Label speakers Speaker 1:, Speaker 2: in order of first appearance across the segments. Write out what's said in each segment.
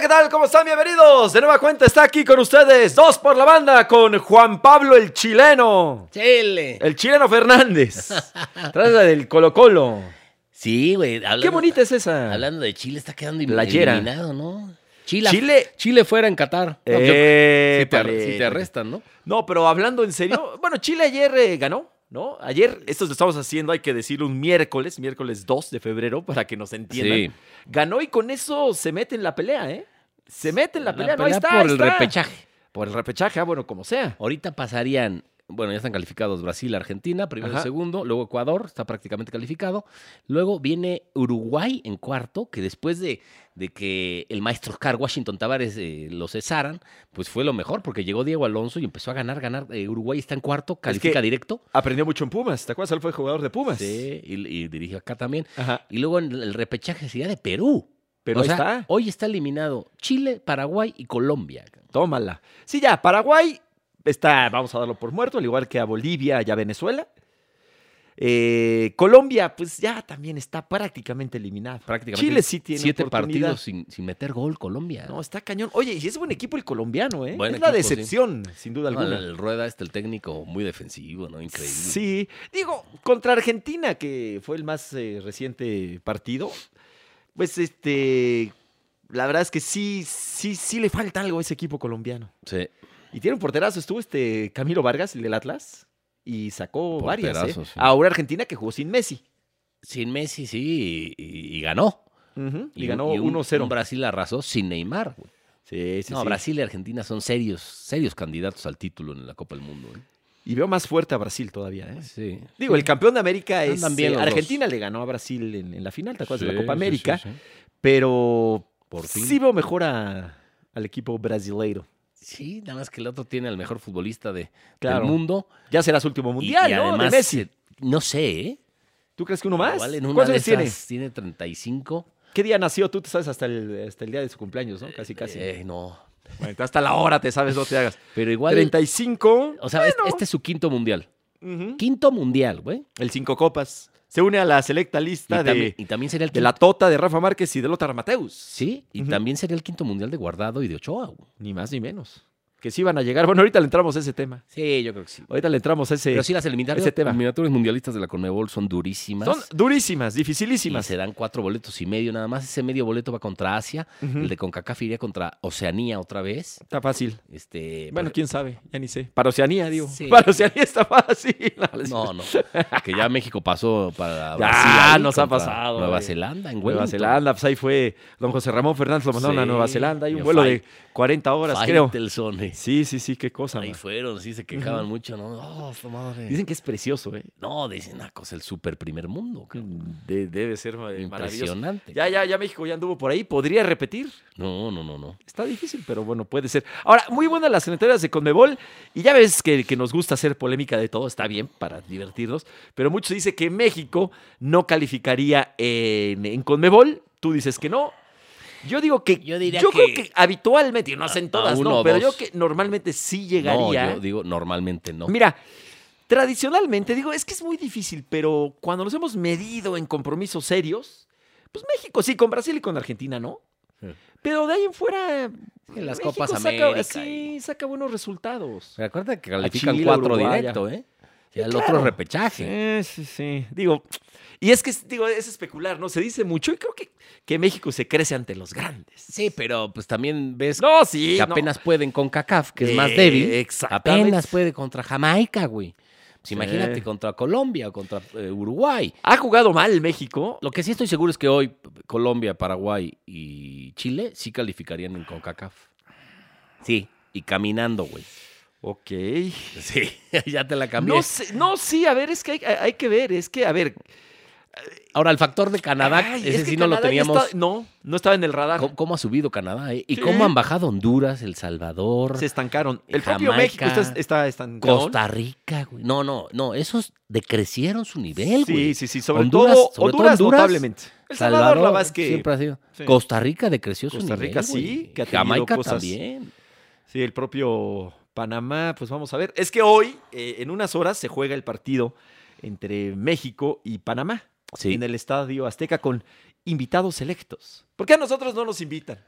Speaker 1: ¿qué tal? ¿Cómo están? Bienvenidos. De nueva cuenta está aquí con ustedes, dos por la banda, con Juan Pablo el chileno.
Speaker 2: Chele.
Speaker 1: El chileno Fernández. Tras la del Colo Colo.
Speaker 2: Sí, güey.
Speaker 1: Qué
Speaker 2: hablando-
Speaker 1: bonita es esa.
Speaker 2: Hablando de Chile, está quedando
Speaker 1: Playera.
Speaker 2: eliminado, ¿no? Chile,
Speaker 1: Chile-
Speaker 2: Chile. fuera en Qatar. No,
Speaker 1: Eh,
Speaker 2: yo- si, te, ar-
Speaker 1: paleta.
Speaker 2: si te arrestan, ¿no?
Speaker 1: No, pero hablando en serio, bueno, Chile ayer eh, ganó, ¿no? Ayer, esto lo estamos haciendo, hay que decirlo, un miércoles, miércoles 2 de febrero, para que nos entiendan.
Speaker 2: Sí.
Speaker 1: Ganó y con eso se mete en la pelea, ¿eh? Se mete en la pelea, no, ahí
Speaker 2: pelea
Speaker 1: está,
Speaker 2: por
Speaker 1: ahí
Speaker 2: el
Speaker 1: está.
Speaker 2: repechaje.
Speaker 1: Por el repechaje, ah, bueno, como sea.
Speaker 2: Ahorita pasarían, bueno, ya están calificados Brasil, Argentina, primero
Speaker 1: Ajá.
Speaker 2: y segundo, luego Ecuador, está prácticamente calificado. Luego viene Uruguay en cuarto, que después de, de que el maestro Oscar Washington Tavares eh, lo cesaran, pues fue lo mejor, porque llegó Diego Alonso y empezó a ganar, ganar. Eh, Uruguay está en cuarto, califica
Speaker 1: que-
Speaker 2: directo.
Speaker 1: Aprendió mucho en Pumas, ¿te acuerdas? Él fue jugador de Pumas.
Speaker 2: Sí, y, y dirige acá también.
Speaker 1: Ajá.
Speaker 2: Y luego en el repechaje sería de Perú.
Speaker 1: Pero
Speaker 2: O
Speaker 1: ahí
Speaker 2: sea,
Speaker 1: está.
Speaker 2: Hoy está eliminado Chile, Paraguay y Colombia.
Speaker 1: Tómala. Sí, ya, Paraguay está, vamos a darlo por muerto, al igual que a Bolivia y a Venezuela. Eh, Colombia, pues ya también está prácticamente eliminada.
Speaker 2: Prácticamente
Speaker 1: Chile sí tiene
Speaker 2: siete
Speaker 1: oportunidad.
Speaker 2: partidos sin, sin meter gol Colombia.
Speaker 1: No, está cañón. Oye, y es buen equipo el colombiano, ¿eh?
Speaker 2: Buen
Speaker 1: es la
Speaker 2: equipo, sí.
Speaker 1: decepción, sin duda
Speaker 2: No,
Speaker 1: alguna.
Speaker 2: el, el Rueda este, el técnico muy defensivo, ¿no? Increíble.
Speaker 1: Sí, digo, contra Argentina, que fue el más eh, reciente partido, pues este, la verdad es que sí, sí, sí le falta algo a ese equipo colombiano.
Speaker 2: Sí,
Speaker 1: Y tiene un porterazo, estuvo este Camilo Vargas, el del Atlas, y sacó varias. ¿eh?
Speaker 2: Porterazo, sí.
Speaker 1: Ahora Argentina que jugó sin Messi.
Speaker 2: Sin Messi, sí, y, y- y ganó.
Speaker 1: Ujú, Y,
Speaker 2: un-
Speaker 1: ganó
Speaker 2: un-
Speaker 1: 1-0.
Speaker 2: un Brasil arrasó sin Neymar. güey.
Speaker 1: sí, sí,
Speaker 2: no,
Speaker 1: sí.
Speaker 2: Brasil y Argentina son serios, serios candidatos al título en la Copa del Mundo. ¿eh?
Speaker 1: Y veo más fuerte a Brasil todavía. ¿eh?
Speaker 2: Sí.
Speaker 1: Digo, el campeón de América es.
Speaker 2: Andan bien
Speaker 1: eh,
Speaker 2: los dos.
Speaker 1: Argentina le ganó a Brasil en, en la final, ¿te acuerdas? de
Speaker 2: Sí,
Speaker 1: la Copa
Speaker 2: sí, sí,
Speaker 1: América.
Speaker 2: sí.
Speaker 1: Pero
Speaker 2: Por fin.
Speaker 1: sí veo mejor a- al equipo brasileiro.
Speaker 2: Sí, nada más que el otro tiene al mejor futbolista de,
Speaker 1: Claro.
Speaker 2: del mundo.
Speaker 1: Ya será su último
Speaker 2: Y-
Speaker 1: mundial,
Speaker 2: y
Speaker 1: ah, ¿no? De
Speaker 2: además,
Speaker 1: Messi.
Speaker 2: eh, No sé, ¿eh?
Speaker 1: ¿Tú crees que uno más?
Speaker 2: Igual en una
Speaker 1: ¿Cuántos
Speaker 2: de
Speaker 1: años tiene?
Speaker 2: esas Tiene 35.
Speaker 1: ¿Qué día nació? Tú te sabes hasta el, hasta el día de su cumpleaños, ¿no? Casi, casi.
Speaker 2: Eh, no.
Speaker 1: Bueno, hasta la hora te sabes, no te hagas.
Speaker 2: Pero igual.
Speaker 1: 35.
Speaker 2: O sea, este, este es su quinto mundial.
Speaker 1: Ujú.
Speaker 2: Quinto mundial, güey.
Speaker 1: El Cinco Copas. Se une a la selecta
Speaker 2: Y,
Speaker 1: lista
Speaker 2: también-
Speaker 1: Ah, de,
Speaker 2: y también sería el
Speaker 1: de
Speaker 2: quinto.
Speaker 1: la Tota, de Rafa Márquez y de Lothar Mateus.
Speaker 2: Sí, y
Speaker 1: Ujú.
Speaker 2: también sería el quinto mundial de Guardado y de Ochoa, güey.
Speaker 1: Ni más ni menos. Que sí van a llegar. Bueno, ahorita le entramos a ese tema.
Speaker 2: Sí, yo creo que sí.
Speaker 1: Ahorita le entramos a ese.
Speaker 2: Pero sí, las eliminatorias,
Speaker 1: ese tema.
Speaker 2: eliminatorias mundialistas de la Conmebol son durísimas.
Speaker 1: Son durísimas,
Speaker 2: y
Speaker 1: dificilísimas.
Speaker 2: se dan cuatro boletos y medio nada más. Ese medio boleto va contra Asia.
Speaker 1: Ujú.
Speaker 2: El de CONCACAF iría contra Oceanía otra vez.
Speaker 1: Está fácil.
Speaker 2: Este,
Speaker 1: Bueno,
Speaker 2: por-
Speaker 1: quién sabe, ya ni sé. Eh, Para Oceanía, digo.
Speaker 2: Sí.
Speaker 1: Para Oceanía está fácil.
Speaker 2: No, no. Que ya México pasó para
Speaker 1: Ya,
Speaker 2: Brasil. ahí
Speaker 1: nos ha
Speaker 2: contra
Speaker 1: pasado,
Speaker 2: Nueva
Speaker 1: güey.
Speaker 2: Zelanda, en
Speaker 1: Nueva
Speaker 2: Wellington.
Speaker 1: Zelanda, pues ahí fue don José Ramón Fernández, lo mandaron a
Speaker 2: Sí.
Speaker 1: Nueva Zelanda. Hay un
Speaker 2: Y
Speaker 1: vuelo
Speaker 2: Fight-
Speaker 1: de 40 horas, creo.
Speaker 2: Faitelson, eh.
Speaker 1: Sí, sí, sí, qué cosa.
Speaker 2: Ahí
Speaker 1: man.
Speaker 2: fueron, sí, se quejaban mucho, ¿no? Oh, su madre.
Speaker 1: Dicen que es precioso, ¿eh?
Speaker 2: no, dicen una cosa, el super primer mundo. cabrón.
Speaker 1: De- debe ser eh, maravilloso.
Speaker 2: Impresionante.
Speaker 1: Ya, ya, ya México ya anduvo por ahí. Podría repetir.
Speaker 2: No, no, no, no.
Speaker 1: Está difícil, pero bueno, puede ser. Ahora, muy buenas las senatorias de Conmebol. Y ya ves que, que nos gusta hacer polémica de todo. Está bien para divertirnos. Pero muchos dicen que México no calificaría en, en Conmebol. Tú dices que no. Yo digo que.
Speaker 2: Yo diría que-
Speaker 1: creo que habitualmente, y no hacen
Speaker 2: A- a
Speaker 1: todas,
Speaker 2: uno
Speaker 1: no.
Speaker 2: o
Speaker 1: Pero yo
Speaker 2: dos.
Speaker 1: que normalmente sí
Speaker 2: No,
Speaker 1: llegaría.
Speaker 2: yo digo, normalmente no.
Speaker 1: Mira, tradicionalmente, digo, es que es muy difícil, pero cuando nos hemos medido en compromisos serios, pues México sí, con Brasil y con Argentina, ¿no?
Speaker 2: Sí.
Speaker 1: Pero de ahí en fuera,
Speaker 2: En las
Speaker 1: México
Speaker 2: Copas
Speaker 1: saca,
Speaker 2: América
Speaker 1: Sí, saca bunos resultados.
Speaker 2: Recuerda que
Speaker 1: califican
Speaker 2: califican
Speaker 1: cuatro
Speaker 2: cuatro
Speaker 1: directo,
Speaker 2: directo, ¿eh? Y al otro
Speaker 1: claro.
Speaker 2: es repechaje.
Speaker 1: Sí, sí, sí. Digo, y es que es- digo, es especular, ¿no? Se dice mucho y creo que, que México se crece ante los grandes.
Speaker 2: Sí, pero pues también ves
Speaker 1: No, sí.
Speaker 2: que
Speaker 1: no.
Speaker 2: apenas pueden con CACAF, que es más
Speaker 1: Eh,
Speaker 2: débil.
Speaker 1: exactamente.
Speaker 2: Apenas puede contra Jamaica, güey. Pues
Speaker 1: Sí.
Speaker 2: imagínate contra Colombia o contra eh, Uruguay.
Speaker 1: Ha jugado mal México.
Speaker 2: Lo que sí estoy seguro es que hoy Colombia, Paraguay y Chile sí calificarían en CONCACAF. Sí, y caminando, güey.
Speaker 1: Ok.
Speaker 2: Sí, ya te la cambié.
Speaker 1: No, sé- no, sí, a ver, es que hay- hay que ver, es que, a ver,
Speaker 2: Ahora, el factor de Canadá,
Speaker 1: Ay,
Speaker 2: ese
Speaker 1: es que
Speaker 2: sí no lo
Speaker 1: Canadá ya
Speaker 2: teníamos.
Speaker 1: está- no, no estaba en el radar.
Speaker 2: ¿Cómo, cómo ha subido Canadá? eh? ¿Y
Speaker 1: Sí.
Speaker 2: cómo han bajado Honduras, El Salvador,
Speaker 1: Se estancaron. El propio
Speaker 2: Jamaica,
Speaker 1: México está, está estancado.
Speaker 2: Costa Rica, güey? No, no, no. Esos decrecieron su nivel,
Speaker 1: Sí,
Speaker 2: güey.
Speaker 1: sí, sí. Sobre
Speaker 2: Honduras-
Speaker 1: todo,
Speaker 2: sobre todo
Speaker 1: Honduras,
Speaker 2: Honduras,
Speaker 1: notablemente. El Salvador, la verdad es que.
Speaker 2: Siempre ha sido.
Speaker 1: sí.
Speaker 2: Costa Rica decreció su
Speaker 1: Costa
Speaker 2: nivel,
Speaker 1: Rica sí,
Speaker 2: güey.
Speaker 1: que ha tenido
Speaker 2: Jamaica
Speaker 1: cosas-
Speaker 2: también.
Speaker 1: Sí, el propio Panamá, pues vamos a ver. Es que hoy, eh, en unas horas, se juega el partido entre México y Panamá
Speaker 2: Sí.
Speaker 1: en el Estadio Azteca con invitados selectos. ¿Por qué a nosotros no nos invitan?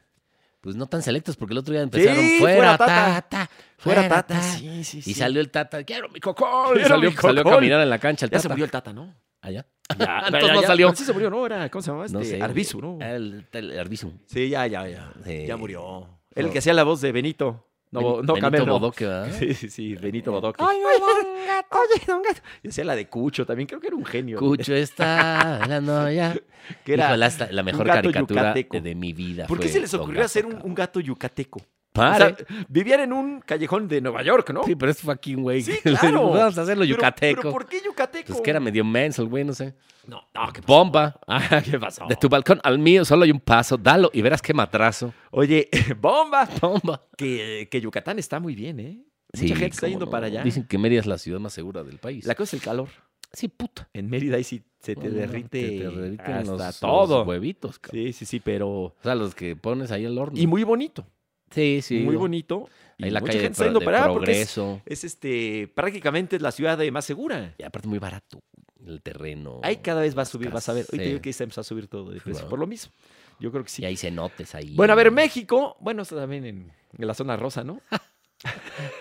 Speaker 2: pues no tan selectos, porque el otro día empezaron
Speaker 1: Sí,
Speaker 2: fuera,
Speaker 1: fuera Tata,
Speaker 2: tata,
Speaker 1: Fuera Tata. Sí, sí,
Speaker 2: Y
Speaker 1: sí.
Speaker 2: salió el Tata, quiero mi cocol. Y
Speaker 1: Quiero
Speaker 2: salió,
Speaker 1: mi
Speaker 2: salió a
Speaker 1: cocol.
Speaker 2: caminar en la cancha el
Speaker 1: Ya
Speaker 2: Tata. Ah,
Speaker 1: se murió el Tata, ¿no?
Speaker 2: Allá.
Speaker 1: Ya,
Speaker 2: Entonces no salió. Ah,
Speaker 1: Sí se murió, ¿no? Era, ¿Cómo se llamaba este? Arbizu, ¿no?
Speaker 2: El, el Arbizu.
Speaker 1: Sí, ya, ya, ya.
Speaker 2: Sí.
Speaker 1: Ya murió. Era el que hacía la voz de Benito. No, Bo- no
Speaker 2: Eh, Benito
Speaker 1: Camel, no.
Speaker 2: Bodoque, ¿verdad?
Speaker 1: Sí,
Speaker 2: Eh,
Speaker 1: sí, sí, Benito Bodoque.
Speaker 3: Ay, no, don gato.
Speaker 1: Oye, don gato. Y hacía la de Cucho también. Creo que era un genio.
Speaker 2: Cucho está hablando ya.
Speaker 1: Que era-
Speaker 2: Híjole, hasta la mejor
Speaker 1: gato
Speaker 2: caricatura
Speaker 1: yucateco.
Speaker 2: de mi vida.
Speaker 1: ¿Por qué
Speaker 2: fue
Speaker 1: se les
Speaker 2: Don
Speaker 1: ocurrió
Speaker 2: Gato,
Speaker 1: hacer un,
Speaker 2: cabrón.
Speaker 1: un gato yucateco? O
Speaker 2: Pare.
Speaker 1: sea, vivían en un callejón de Nueva York, ¿no?
Speaker 2: sí, pero es fucking güey.
Speaker 1: Sí, claro.
Speaker 2: Vamos a hacerlo
Speaker 1: Pero-
Speaker 2: yucateco.
Speaker 1: Pero, ¿por qué yucateco?
Speaker 2: Pues que era medio menso el güey, no sé.
Speaker 1: No, no, ¿qué pasó?
Speaker 2: Bomba.
Speaker 1: Ah, ¿qué pasó?
Speaker 2: De tu balcón al mío solo hay un paso. Dalo y verás qué matrazo.
Speaker 1: Oye, bomba.
Speaker 2: Bomba.
Speaker 1: Que, que Yucatán está muy bien, ¿eh?
Speaker 2: Sí,
Speaker 1: Mucha gente está
Speaker 2: cómo
Speaker 1: yendo
Speaker 2: no.
Speaker 1: para allá.
Speaker 2: Dicen que Mérida es la ciudad más segura del país.
Speaker 1: La cosa es el calor.
Speaker 2: Sí, puta.
Speaker 1: En Mérida ahí sí se te
Speaker 2: No, no,
Speaker 1: derrite,
Speaker 2: te- te derriten
Speaker 1: hasta
Speaker 2: los- los
Speaker 1: todo.
Speaker 2: huevitos, cabrón.
Speaker 1: sí, sí, sí, pero...
Speaker 2: O sea, los que pones ahí al horno.
Speaker 1: Y muy bonito.
Speaker 2: sí, sí.
Speaker 1: muy
Speaker 2: digo,
Speaker 1: bonito. Y
Speaker 2: Ahí la
Speaker 1: mucha
Speaker 2: calle de,
Speaker 1: gente está
Speaker 2: pro-
Speaker 1: yendo
Speaker 2: de
Speaker 1: para allá porque es-
Speaker 2: progreso.
Speaker 1: es, este, prácticamente es la ciudad eh, más segura.
Speaker 2: Y aparte muy barato el terreno.
Speaker 1: Ahí cada vez va a subir, vas a ver. Hoy te
Speaker 2: Sí.
Speaker 1: digo que ahí se empezó a subir todo de precio.
Speaker 2: Claro.
Speaker 1: Por lo mismo. Yo creo que sí.
Speaker 2: Y hay cenotes ahí.
Speaker 1: Bueno, a ver, México. Bueno, eso también en, en la zona rosa, ¿no?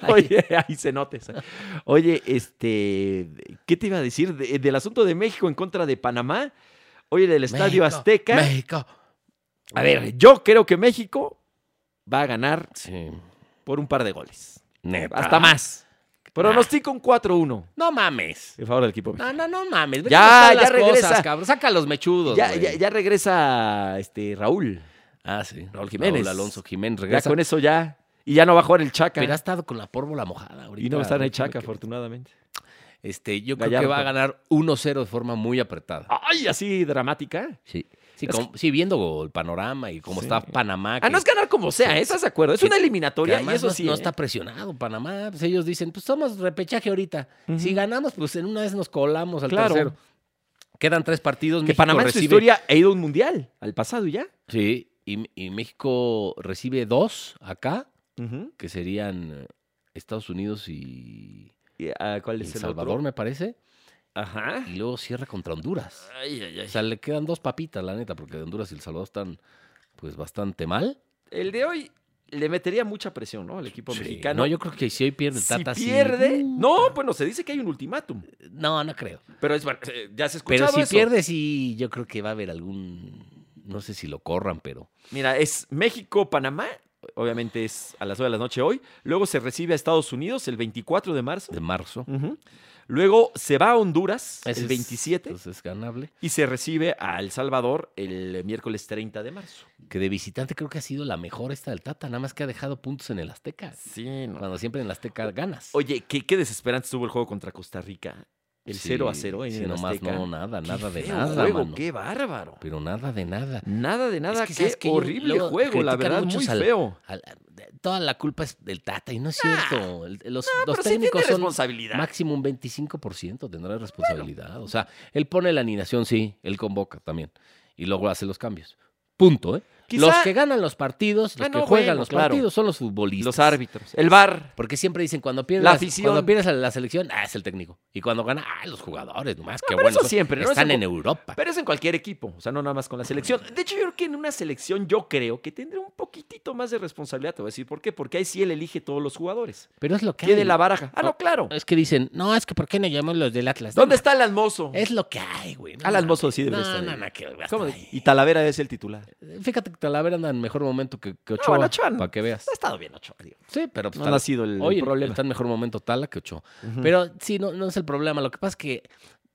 Speaker 1: Oye, ahí se notes. Oye, este, ¿qué te iba a decir? De- del asunto de México en contra de Panamá. Oye, del Estadio
Speaker 2: México,
Speaker 1: Azteca.
Speaker 2: México.
Speaker 1: A ver, yo creo que México va a ganar
Speaker 2: Sí.
Speaker 1: por un par de goles.
Speaker 2: Neta.
Speaker 1: Hasta más. Ah. Pronostico un 4-1
Speaker 2: No mames.
Speaker 1: en favor del equipo. mexicano.
Speaker 2: Ah. No, no, no mames. Ve
Speaker 1: Ya,
Speaker 2: cómo están
Speaker 1: ya
Speaker 2: las
Speaker 1: regresa.
Speaker 2: Cosas, cabrón. Saca los mechudos.
Speaker 1: Ya,
Speaker 2: güey.
Speaker 1: ya, ya regresa este, Raúl.
Speaker 2: Ah, sí.
Speaker 1: Raúl Jiménez.
Speaker 2: Raúl Alonso Jiménez
Speaker 1: Ya
Speaker 2: regresa.
Speaker 1: con eso ya. Y ya no va a jugar el Chaca.
Speaker 2: Pero ha estado con la pórvula mojada ahorita.
Speaker 1: Y no va a estar en el
Speaker 2: Raúl
Speaker 1: Chaca,
Speaker 2: Jiménez.
Speaker 1: afortunadamente.
Speaker 2: Este, yo creo
Speaker 1: Gallardo.
Speaker 2: que va a ganar 1-0 de forma muy apretada.
Speaker 1: ¡Ay! Así dramática.
Speaker 2: Sí. Sí,
Speaker 1: Es
Speaker 2: como- sí, viendo el panorama y cómo
Speaker 1: Sí.
Speaker 2: está Panamá.
Speaker 1: Ah,
Speaker 2: que-
Speaker 1: no es ganar como sea, ¿eh? ¿estás de acuerdo? Es
Speaker 2: Sí.
Speaker 1: una
Speaker 2: que
Speaker 1: eliminatoria y
Speaker 2: además
Speaker 1: eso
Speaker 2: no,
Speaker 1: sí.
Speaker 2: no
Speaker 1: ¿eh?
Speaker 2: está presionado Panamá. Pues ellos dicen, pues somos repechaje ahorita.
Speaker 1: Ujú.
Speaker 2: Si ganamos, pues en una vez nos colamos al
Speaker 1: Claro.
Speaker 2: tercero. Quedan tres partidos.
Speaker 1: Que
Speaker 2: México
Speaker 1: Panamá en su
Speaker 2: recibe-
Speaker 1: historia ha ido a un mundial al pasado y ya.
Speaker 2: Sí, y, y México recibe dos acá, que serían eh, Estados Unidos y
Speaker 1: ¿Y, ah, ¿Cuál
Speaker 2: El
Speaker 1: es el,
Speaker 2: Salvador,
Speaker 1: otro?
Speaker 2: me parece.
Speaker 1: Ajá.
Speaker 2: Y luego cierra contra Honduras.
Speaker 1: Ay, ay,
Speaker 2: O
Speaker 1: ay.
Speaker 2: sea, le quedan dos papitas, la neta, porque Honduras y El Salvador están pues bastante mal.
Speaker 1: El de hoy le metería mucha presión, ¿no? Al equipo
Speaker 2: Sí.
Speaker 1: mexicano.
Speaker 2: No, yo creo que si hoy pierde el Tata,
Speaker 1: si
Speaker 2: sí. Uh. Mm.
Speaker 1: pierde. No, bueno, se dice que hay un ultimátum.
Speaker 2: No, no creo.
Speaker 1: Pero es bueno, eh, ya se ha
Speaker 2: Pero
Speaker 1: escuchado
Speaker 2: si
Speaker 1: eso.
Speaker 2: pierde, sí, yo creo que va a haber algún. No sé si lo corran, pero.
Speaker 1: Mira, es México-Panamá. Obviamente es a las 9 de la noche hoy. Luego se recibe a Estados Unidos el 24 de marzo.
Speaker 2: De marzo.
Speaker 1: Ujú. Luego se va a Honduras
Speaker 2: Ese
Speaker 1: el
Speaker 2: es-
Speaker 1: 27.
Speaker 2: entonces es ganable.
Speaker 1: y se recibe a El Salvador el miércoles 30 de marzo.
Speaker 2: Que de visitante creo que ha sido la mejor esta del Tata, nada más que ha dejado puntos en el Azteca.
Speaker 1: Sí,
Speaker 2: Cuando siempre en el Azteca ganas.
Speaker 1: Oye, qué, qué desesperante estuvo el juego contra Costa Rica. El
Speaker 2: Sí,
Speaker 1: 0 a 0 en
Speaker 2: sí,
Speaker 1: el
Speaker 2: nomás
Speaker 1: Azteca.
Speaker 2: no, nada,
Speaker 1: Qué
Speaker 2: nada de
Speaker 1: feo
Speaker 2: nada,
Speaker 1: juego,
Speaker 2: mano.
Speaker 1: qué bárbaro.
Speaker 2: Pero nada de nada.
Speaker 1: Nada de nada,
Speaker 2: que
Speaker 1: qué
Speaker 2: sabes que yo
Speaker 1: horrible
Speaker 2: luego
Speaker 1: juego, la
Speaker 2: critican
Speaker 1: verdad,
Speaker 2: muchos
Speaker 1: muy
Speaker 2: al-
Speaker 1: feo.
Speaker 2: Al- de- toda la culpa es del Tata y no es
Speaker 1: Ah,
Speaker 2: cierto. El- los
Speaker 1: Ah, pero
Speaker 2: los
Speaker 1: sí tiene
Speaker 2: técnicos son
Speaker 1: responsabilidad.
Speaker 2: máximo un 25% tendrá responsabilidad. O sea, él pone la alineación, sí, él convoca también y luego hace los cambios. Punto, ¿eh?
Speaker 1: Quizá
Speaker 2: Los que ganan los partidos, los
Speaker 1: Ah, no,
Speaker 2: que juegan
Speaker 1: bueno,
Speaker 2: los
Speaker 1: claro.
Speaker 2: partidos son los futbolistas.
Speaker 1: los árbitros, el VAR.
Speaker 2: Porque siempre dicen cuando pierdes
Speaker 1: La
Speaker 2: la,
Speaker 1: afición.
Speaker 2: cuando pierdes a la selección, ah, es el técnico. Y cuando gana, ah, los jugadores, nomás, qué
Speaker 1: pero
Speaker 2: bueno.
Speaker 1: eso siempre, ¿no?
Speaker 2: Están
Speaker 1: Eso-
Speaker 2: en Europa.
Speaker 1: Pero es en cualquier equipo, o sea, no nada más con la selección. De hecho, yo creo que en una selección yo creo que tendrá un poquitito más de responsabilidad, te voy a decir por qué, porque ahí sí él elige todos los jugadores.
Speaker 2: Pero es lo que
Speaker 1: Tiene
Speaker 2: hay.
Speaker 1: la baraja. Ah, no,
Speaker 2: No,
Speaker 1: claro.
Speaker 2: Es que dicen, no, es que ¿por qué no llamamos los del Atlas?
Speaker 1: ¿Dónde
Speaker 2: No,
Speaker 1: está el almozo?
Speaker 2: Es lo que hay, güey.
Speaker 1: Al
Speaker 2: mames.
Speaker 1: Almozo sí debería
Speaker 2: no,
Speaker 1: estar
Speaker 2: No,
Speaker 1: ahí.
Speaker 2: no, que va a
Speaker 1: ¿Cómo
Speaker 2: estar
Speaker 1: de-
Speaker 2: ahí.
Speaker 1: Y Talavera es el titular.
Speaker 2: Fíjate que Talavera anda en mejor momento que, que Ochoa.
Speaker 1: bueno, Ochoa no.
Speaker 2: Para que veas.
Speaker 1: Ha estado bien Ochoa, digo.
Speaker 2: Sí, pero pues,
Speaker 1: No
Speaker 2: Tala-
Speaker 1: ha sido el, el
Speaker 2: hoy
Speaker 1: problema.
Speaker 2: está en mejor momento Tala que Ochoa.
Speaker 1: Ujú.
Speaker 2: Pero sí, no, no es el problema. Lo que pasa es que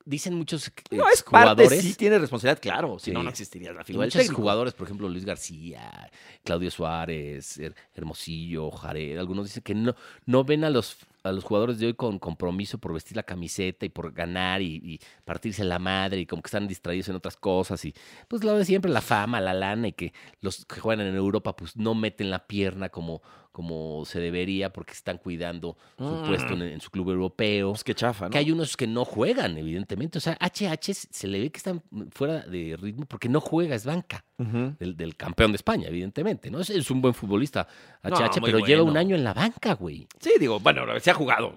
Speaker 2: dicen muchos
Speaker 1: no, es parte,
Speaker 2: jugadores.
Speaker 1: sí tiene responsabilidad, claro. Si no,
Speaker 2: Sí.
Speaker 1: no existiría la figura del
Speaker 2: Muchos
Speaker 1: técnico.
Speaker 2: jugadores, por ejemplo, Luis García, Claudio Suárez, Her- Hermosillo, Jared, algunos dicen que no, no ven a los, a los jugadores de hoy con compromiso por vestir la camiseta y por ganar y, y partirse la madre y como que están distraídos en otras cosas y pues lo de siempre, la fama, la lana y que los que juegan en Europa pues no meten la pierna como, como se debería porque están cuidando su
Speaker 1: Mm.
Speaker 2: puesto en, en su club europeo.
Speaker 1: Pues qué chafa, ¿no?
Speaker 2: Que hay unos que no juegan, evidentemente. O sea, HH se le ve que están fuera de ritmo porque no juega, es banca
Speaker 1: Ujú.
Speaker 2: del, del campeón de España, evidentemente. ¿no? Es, es un buen futbolista, HH,
Speaker 1: No,
Speaker 2: pero
Speaker 1: muy
Speaker 2: lleva
Speaker 1: bueno.
Speaker 2: un año en la banca, güey.
Speaker 1: Sí, digo, bueno, se ha jugado.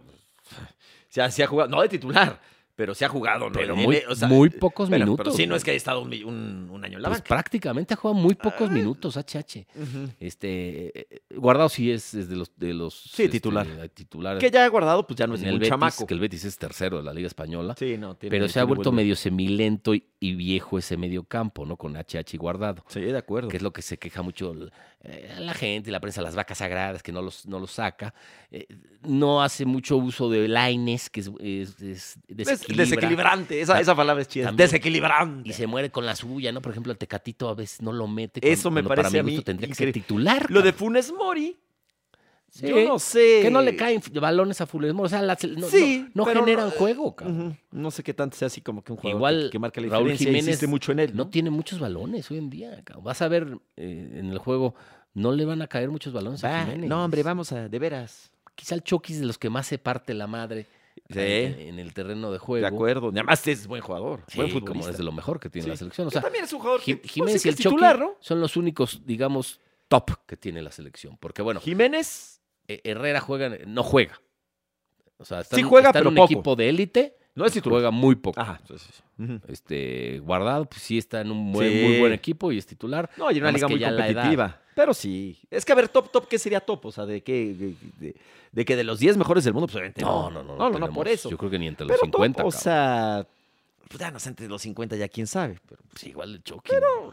Speaker 1: Se ha, se ha jugado. No de titular. pero se ha jugado, ¿no?
Speaker 2: Pero
Speaker 1: En-
Speaker 2: muy-
Speaker 1: o sea,
Speaker 2: muy pocos
Speaker 1: bueno, Pero
Speaker 2: minutos,
Speaker 1: sí, no
Speaker 2: güey.
Speaker 1: es que haya estado un, mi- un- un año en la
Speaker 2: Pues
Speaker 1: banca.
Speaker 2: prácticamente ha jugado muy pocos
Speaker 1: Ah.
Speaker 2: minutos, HH.
Speaker 1: Ujú.
Speaker 2: Este, eh, eh, Guardado sí es, es de los, de los
Speaker 1: Sí,
Speaker 2: este,
Speaker 1: titular.
Speaker 2: titulares.
Speaker 1: Que ya ha guardado, pues ya no es
Speaker 2: en el
Speaker 1: ningún
Speaker 2: Betis,
Speaker 1: chamaco.
Speaker 2: que el Betis es tercero de la Liga Española.
Speaker 1: Sí, no, tiene-
Speaker 2: pero se
Speaker 1: tiene
Speaker 2: ha vuelto
Speaker 1: buen-
Speaker 2: medio semilento y, y viejo ese medio campo, ¿no? Con HH y Guardado,
Speaker 1: Sí, de acuerdo.
Speaker 2: que es lo que se queja mucho el- eh, la gente y la prensa, las vacas sagradas, que no los, no los saca. Eh, no hace mucho uso de Laines, que es, es- es
Speaker 1: Des-
Speaker 2: desequilibra,
Speaker 1: Desequilibrante, esa,
Speaker 2: Ta-
Speaker 1: esa palabra es chida.
Speaker 2: también.
Speaker 1: Desequilibrante.
Speaker 2: Y se muere con la suya, ¿no? Por ejemplo, el Tecatito a veces no lo mete.
Speaker 1: Eso me
Speaker 2: para
Speaker 1: parece a mí
Speaker 2: gusto tendría que ser
Speaker 1: increíble.
Speaker 2: titular.
Speaker 1: Lo de
Speaker 2: cabrón.
Speaker 1: Funes Mori,
Speaker 2: Sí,
Speaker 1: yo no sé.
Speaker 2: Que no le caen f- balones a Funes Mori. O sea, las- no,
Speaker 1: Sí,
Speaker 2: no- no
Speaker 1: pero no-
Speaker 2: generan juego, cabrón.
Speaker 1: Ujú. No sé qué tanto sea así como que un jugador
Speaker 2: Igual
Speaker 1: que, que marca la
Speaker 2: Raúl
Speaker 1: diferencia. e
Speaker 2: Jiménez
Speaker 1: Insiste mucho en él.
Speaker 2: No tiene muchos balones hoy en día. cabrón. Vas a ver eh, en el juego, no le van a caer muchos balones
Speaker 1: Va,
Speaker 2: a Jiménez.
Speaker 1: no, hombre, vamos a, de veras.
Speaker 2: Quizá el Chucky es de los que más se parte la madre
Speaker 1: Sí.
Speaker 2: en, en el terreno de
Speaker 1: De
Speaker 2: juego.
Speaker 1: acuerdo. Además es buen jugador,
Speaker 2: Sí,
Speaker 1: buen
Speaker 2: como
Speaker 1: futbolista.
Speaker 2: es de lo mejor que tiene
Speaker 1: Sí.
Speaker 2: la selección. O
Speaker 1: Que
Speaker 2: sea,
Speaker 1: también es un jugador que,
Speaker 2: Jim-
Speaker 1: pues,
Speaker 2: Jiménez
Speaker 1: sí
Speaker 2: y
Speaker 1: que
Speaker 2: el
Speaker 1: es titular,
Speaker 2: Chucky
Speaker 1: ¿no?
Speaker 2: son los únicos, digamos, top que tiene la selección. Porque, bueno,
Speaker 1: Jiménez,
Speaker 2: Eh, Herrera juega, en- no juega. O sea, está,
Speaker 1: Sí
Speaker 2: en-
Speaker 1: juega,
Speaker 2: está en
Speaker 1: pero
Speaker 2: un
Speaker 1: poco.
Speaker 2: equipo de élite,
Speaker 1: no es titular. Ah.
Speaker 2: juega muy poco.
Speaker 1: Ajá. sí, sí, sí. Ujú.
Speaker 2: Este, guardado, pues sí está en un buen-
Speaker 1: Sí.
Speaker 2: muy buen equipo y es titular.
Speaker 1: No, y en una
Speaker 2: Nada más
Speaker 1: liga
Speaker 2: que
Speaker 1: muy
Speaker 2: ya la edad.
Speaker 1: competitiva. Pero sí. Es que a ver, top, top, ¿qué sería top? O sea, de que de, de- de que de los 10 mejores del mundo, pues obviamente.
Speaker 2: No, no, no.
Speaker 1: No, no,
Speaker 2: tenemos-
Speaker 1: por eso.
Speaker 2: Yo creo que ni entre los
Speaker 1: Pero
Speaker 2: 50.
Speaker 1: top, o
Speaker 2: cabrón.
Speaker 1: sea, pues ya no sé, entre los 50 ya quién sabe. Pero,
Speaker 2: Pues igual el Chucky. Pero,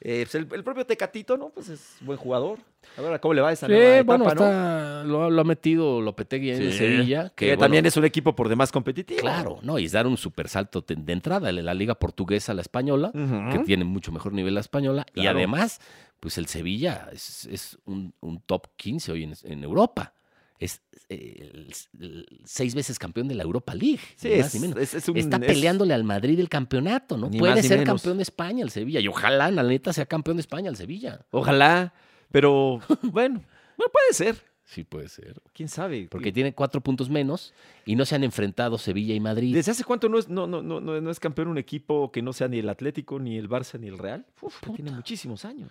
Speaker 1: eh, pues, el, el propio Tecatito, ¿no? Pues es buen jugador. A ver, ¿cómo le va a esa
Speaker 2: sí,
Speaker 1: nueva etapa,
Speaker 2: bueno,
Speaker 1: no?
Speaker 2: está- lo, lo ha metido Lopetegui ahí en
Speaker 1: Sí.
Speaker 2: Sevilla. Que,
Speaker 1: Que también es un equipo por demás competitivo.
Speaker 2: Claro, ¿no? Y es dar un supersalto de, de entrada de la liga portuguesa a la española,
Speaker 1: Ujú.
Speaker 2: que tiene mucho mejor nivel la española. Y
Speaker 1: Claro.
Speaker 2: además, pues el Sevilla es, es un, un top 15 hoy en, en Europa. Es eh, el- el seis veces campeón de la Europa League.
Speaker 1: Sí,
Speaker 2: ni más
Speaker 1: es,
Speaker 2: ni menos.
Speaker 1: es- es un-
Speaker 2: Está
Speaker 1: es-
Speaker 2: peleándole al Madrid el campeonato, ¿no?
Speaker 1: Ni
Speaker 2: Puede
Speaker 1: más ni
Speaker 2: ser
Speaker 1: menos.
Speaker 2: campeón de España el Sevilla. Y ojalá, la neta, sea campeón de España el Sevilla.
Speaker 1: Ojalá, pero bueno, no puede ser.
Speaker 2: Sí, puede ser.
Speaker 1: ¿Quién sabe?
Speaker 2: Porque tiene cuatro puntos menos y no se han enfrentado Sevilla y Madrid.
Speaker 1: ¿Desde hace cuánto no es, no, no, no, no no es campeón un equipo que no sea ni el Atlético, ni el Barça, ni el Real? Uf, ya tiene muchísimos años.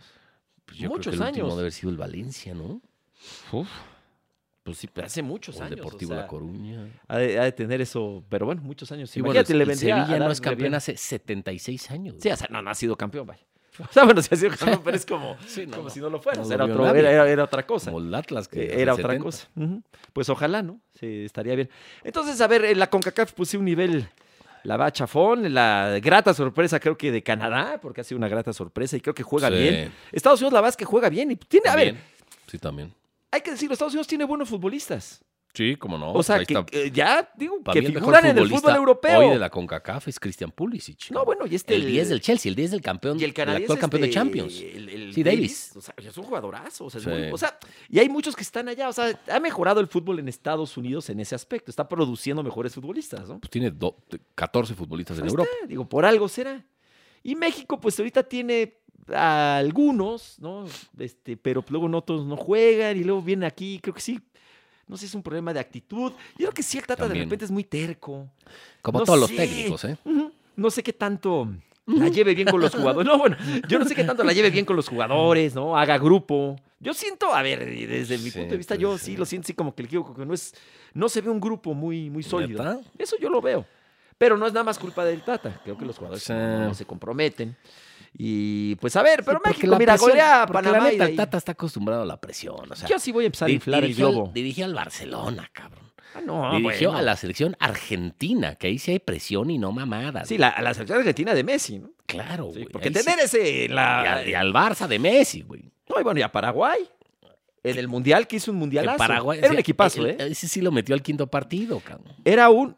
Speaker 2: Pues yo creo
Speaker 1: muchos
Speaker 2: que el último
Speaker 1: años.
Speaker 2: debe haber sido el Valencia, ¿no?
Speaker 1: Pues sí, hace muchos
Speaker 2: o el
Speaker 1: años.
Speaker 2: Deportivo
Speaker 1: o sea,
Speaker 2: La Coruña.
Speaker 1: ha, de, ha de tener eso, pero bueno, muchos años.
Speaker 2: Sí, bueno,
Speaker 1: Imagínate, le
Speaker 2: el
Speaker 1: vendría a
Speaker 2: Sevilla
Speaker 1: dar
Speaker 2: no es
Speaker 1: re
Speaker 2: campeón
Speaker 1: bien.
Speaker 2: hace 76 años.
Speaker 1: Sí, o sea, no, no ha sido campeón, vaya. O sea, bueno, sí ha sido campeón, pero es como,
Speaker 2: Sí, no,
Speaker 1: como
Speaker 2: no.
Speaker 1: si no lo fuera.
Speaker 2: No
Speaker 1: o sea,
Speaker 2: lo
Speaker 1: era,
Speaker 2: vio
Speaker 1: otro-
Speaker 2: nadie.
Speaker 1: era- era- era otra cosa.
Speaker 2: Como el Atlas. Que
Speaker 1: Eh,
Speaker 2: hace
Speaker 1: Era otra
Speaker 2: 70.
Speaker 1: cosa. Ujú. Pues ojalá, ¿no? Sí, estaría bien. Entonces, a ver, en la CONCACAF puse un nivel, la va chafón, la grata sorpresa creo que de Canadá, porque ha sido una grata sorpresa y creo que juega
Speaker 2: Sí.
Speaker 1: bien. Estados Unidos la verdad es que juega bien y tiene, a ver,
Speaker 2: También. Sí, también.
Speaker 1: hay que decirlo, Estados Unidos tiene buenos futbolistas.
Speaker 2: Sí, como no.
Speaker 1: o
Speaker 2: pues
Speaker 1: sea,
Speaker 2: ahí
Speaker 1: que
Speaker 2: está.
Speaker 1: que ya, digo,
Speaker 2: Para
Speaker 1: que
Speaker 2: mí el mejor
Speaker 1: figuran en el
Speaker 2: futbolista
Speaker 1: fútbol europeo.
Speaker 2: Hoy de la CONCACAF es Christian Pulisic.
Speaker 1: No, bueno, y este...
Speaker 2: El 10 del Chelsea, el 10 del campeón.
Speaker 1: Y el
Speaker 2: el
Speaker 1: canadiense.
Speaker 2: actual campeón de
Speaker 1: este,
Speaker 2: Champions.
Speaker 1: el- el
Speaker 2: Sí, Davis.
Speaker 1: O sea, es un jugadorazo. O sea, es
Speaker 2: Sí.
Speaker 1: muy- o sea, y hay muchos que están allá. O sea, ha mejorado el fútbol en Estados Unidos en ese aspecto. Está produciendo mejores futbolistas, ¿no?
Speaker 2: Pues tiene do- 14 futbolistas en
Speaker 1: Ahí
Speaker 2: Europa.
Speaker 1: está, digo, por algo será. Y México, pues ahorita tiene a algunos, ¿no? Este, pero luego no todos no juegan y luego vienen aquí, creo que sí. No sé, si es un problema de actitud. Yo creo que sí, el Tata de
Speaker 2: También.
Speaker 1: repente es muy terco.
Speaker 2: Como
Speaker 1: No
Speaker 2: todos los
Speaker 1: sé.
Speaker 2: técnicos, ¿eh?
Speaker 1: Ujú. No sé qué tanto la lleve bien con los jugadores. No, bueno, yo no sé qué tanto la lleve bien con los jugadores, ¿no? Haga grupo. Yo siento, a ver, y desde mi
Speaker 2: Sí,
Speaker 1: punto de vista,
Speaker 2: pues,
Speaker 1: yo
Speaker 2: sí.
Speaker 1: sí lo siento, sí, como que el equipo que no es, no se ve un grupo muy, muy sólido.
Speaker 2: ¿Neta?
Speaker 1: Eso yo Eh, lo veo. Pero no es nada más culpa del Tata. Creo que los jugadores
Speaker 2: Sí.
Speaker 1: no, no se comprometen. Y pues a ver, pero
Speaker 2: Sí, porque
Speaker 1: México,
Speaker 2: la
Speaker 1: mira,
Speaker 2: presión-
Speaker 1: golea a
Speaker 2: porque
Speaker 1: Panamá.
Speaker 2: La
Speaker 1: y
Speaker 2: neta,
Speaker 1: de
Speaker 2: el
Speaker 1: ahí-
Speaker 2: Tata está acostumbrado a la presión. O sea,
Speaker 1: yo sí voy a empezar a
Speaker 2: di-
Speaker 1: inflar el
Speaker 2: dirigió al-
Speaker 1: globo.
Speaker 2: dirigió al Barcelona, cabrón.
Speaker 1: Ah, no,
Speaker 2: dirigió
Speaker 1: bueno.
Speaker 2: a la selección argentina, que ahí sí hay presión y no mamadas.
Speaker 1: Sí, la, a la selección argentina de Messi, ¿no?
Speaker 2: claro,
Speaker 1: Sí,
Speaker 2: güey.
Speaker 1: porque
Speaker 2: ahí sí.
Speaker 1: tener ese...
Speaker 2: Y
Speaker 1: La,
Speaker 2: al, y al Barça de Messi, güey.
Speaker 1: No, y bueno, y a Paraguay. En el Mundial, que hizo un
Speaker 2: El
Speaker 1: mundialazo.
Speaker 2: Paraguay.
Speaker 1: Era
Speaker 2: o
Speaker 1: un
Speaker 2: sea,
Speaker 1: equipazo,
Speaker 2: el-
Speaker 1: ¿eh?
Speaker 2: Ese sí lo metió al quinto partido, cabrón.
Speaker 1: Era un...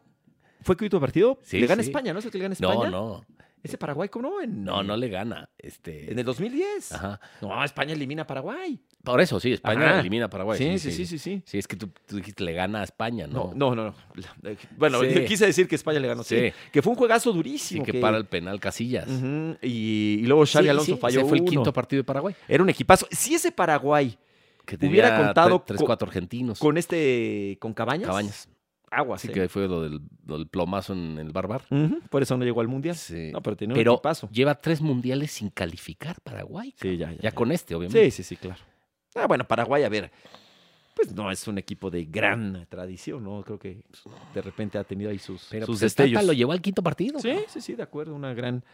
Speaker 1: ¿Fue quinto partido?
Speaker 2: Sí,
Speaker 1: le gana
Speaker 2: sí.
Speaker 1: España, ¿no? ¿Es el que le gana España?
Speaker 2: No, no.
Speaker 1: ¿Ese Paraguay cómo no? En,
Speaker 2: No, no le gana. Este.
Speaker 1: En el 2010.
Speaker 2: Ajá.
Speaker 1: No, España elimina a Paraguay.
Speaker 2: Por eso, sí, España
Speaker 1: Ajá.
Speaker 2: elimina a Paraguay.
Speaker 1: sí, sí, sí, sí, sí.
Speaker 2: Pues Sí, es que tú, tú dijiste le gana a España, ¿no?
Speaker 1: No, no, no. no. La- eh, Bueno,
Speaker 2: Sí.
Speaker 1: quise decir que España le ganó. Sí.
Speaker 2: Sí.
Speaker 1: Que fue un juegazo
Speaker 2: Sí,
Speaker 1: durísimo.
Speaker 2: que para el penal Casillas.
Speaker 1: Ujú, y, y luego Xavi
Speaker 2: Sí, sí,
Speaker 1: Alonso
Speaker 2: ese
Speaker 1: falló
Speaker 2: fue el
Speaker 1: uno.
Speaker 2: quinto partido de Paraguay.
Speaker 1: Era un equipazo. Si ese Paraguay
Speaker 2: Que
Speaker 1: Hubiera
Speaker 2: tenía
Speaker 1: contado
Speaker 2: tre- Tres,
Speaker 1: co-
Speaker 2: cuatro argentinos.
Speaker 1: con este... Con Cabañas.
Speaker 2: Cabañas.
Speaker 1: Aguas,
Speaker 2: Así
Speaker 1: ¿eh?
Speaker 2: que fue lo del, lo del plomazo en el Barbar.
Speaker 1: Ujú, Por eso no llegó al Mundial.
Speaker 2: Sí.
Speaker 1: No, pero tenía un
Speaker 2: Pero
Speaker 1: equipazo.
Speaker 2: lleva tres mundiales sin calificar Paraguay.
Speaker 1: Sí, ya,
Speaker 2: Ya con este, obviamente.
Speaker 1: Sí, sí, sí, claro. Ah, bueno, Paraguay, a ver. pues no es un equipo de gran tradición, ¿no? Creo que pues, de repente ha tenido ahí sus,
Speaker 2: Pero
Speaker 1: sus
Speaker 2: pues, el Tata
Speaker 1: destellos.
Speaker 2: lo llevó al quinto partido.
Speaker 1: Sí, sí, sí, de acuerdo. Una gran,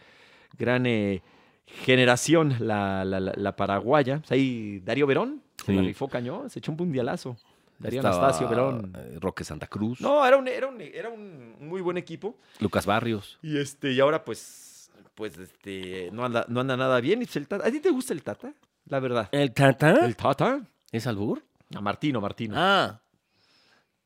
Speaker 1: gran eh, generación, la, la- la- la paraguaya. O sea, ahí Darío Verón, se la
Speaker 2: Sí.
Speaker 1: rifó cañón, se echó un mundialazo. Darío
Speaker 2: Estaba,
Speaker 1: Anastasio Verón.
Speaker 2: eh, Roque Santa Cruz.
Speaker 1: No, era un, era un- era un muy buen equipo.
Speaker 2: Lucas Barrios.
Speaker 1: Y este, y ahora pues, pues este, no anda, no anda nada bien. Y pues el Tata- ¿A ti te gusta el Tata? La verdad.
Speaker 2: ¿El Tata?
Speaker 1: ¿El Tata?
Speaker 2: ¿Es Albur?
Speaker 1: A Martino, Martino.
Speaker 2: Ah.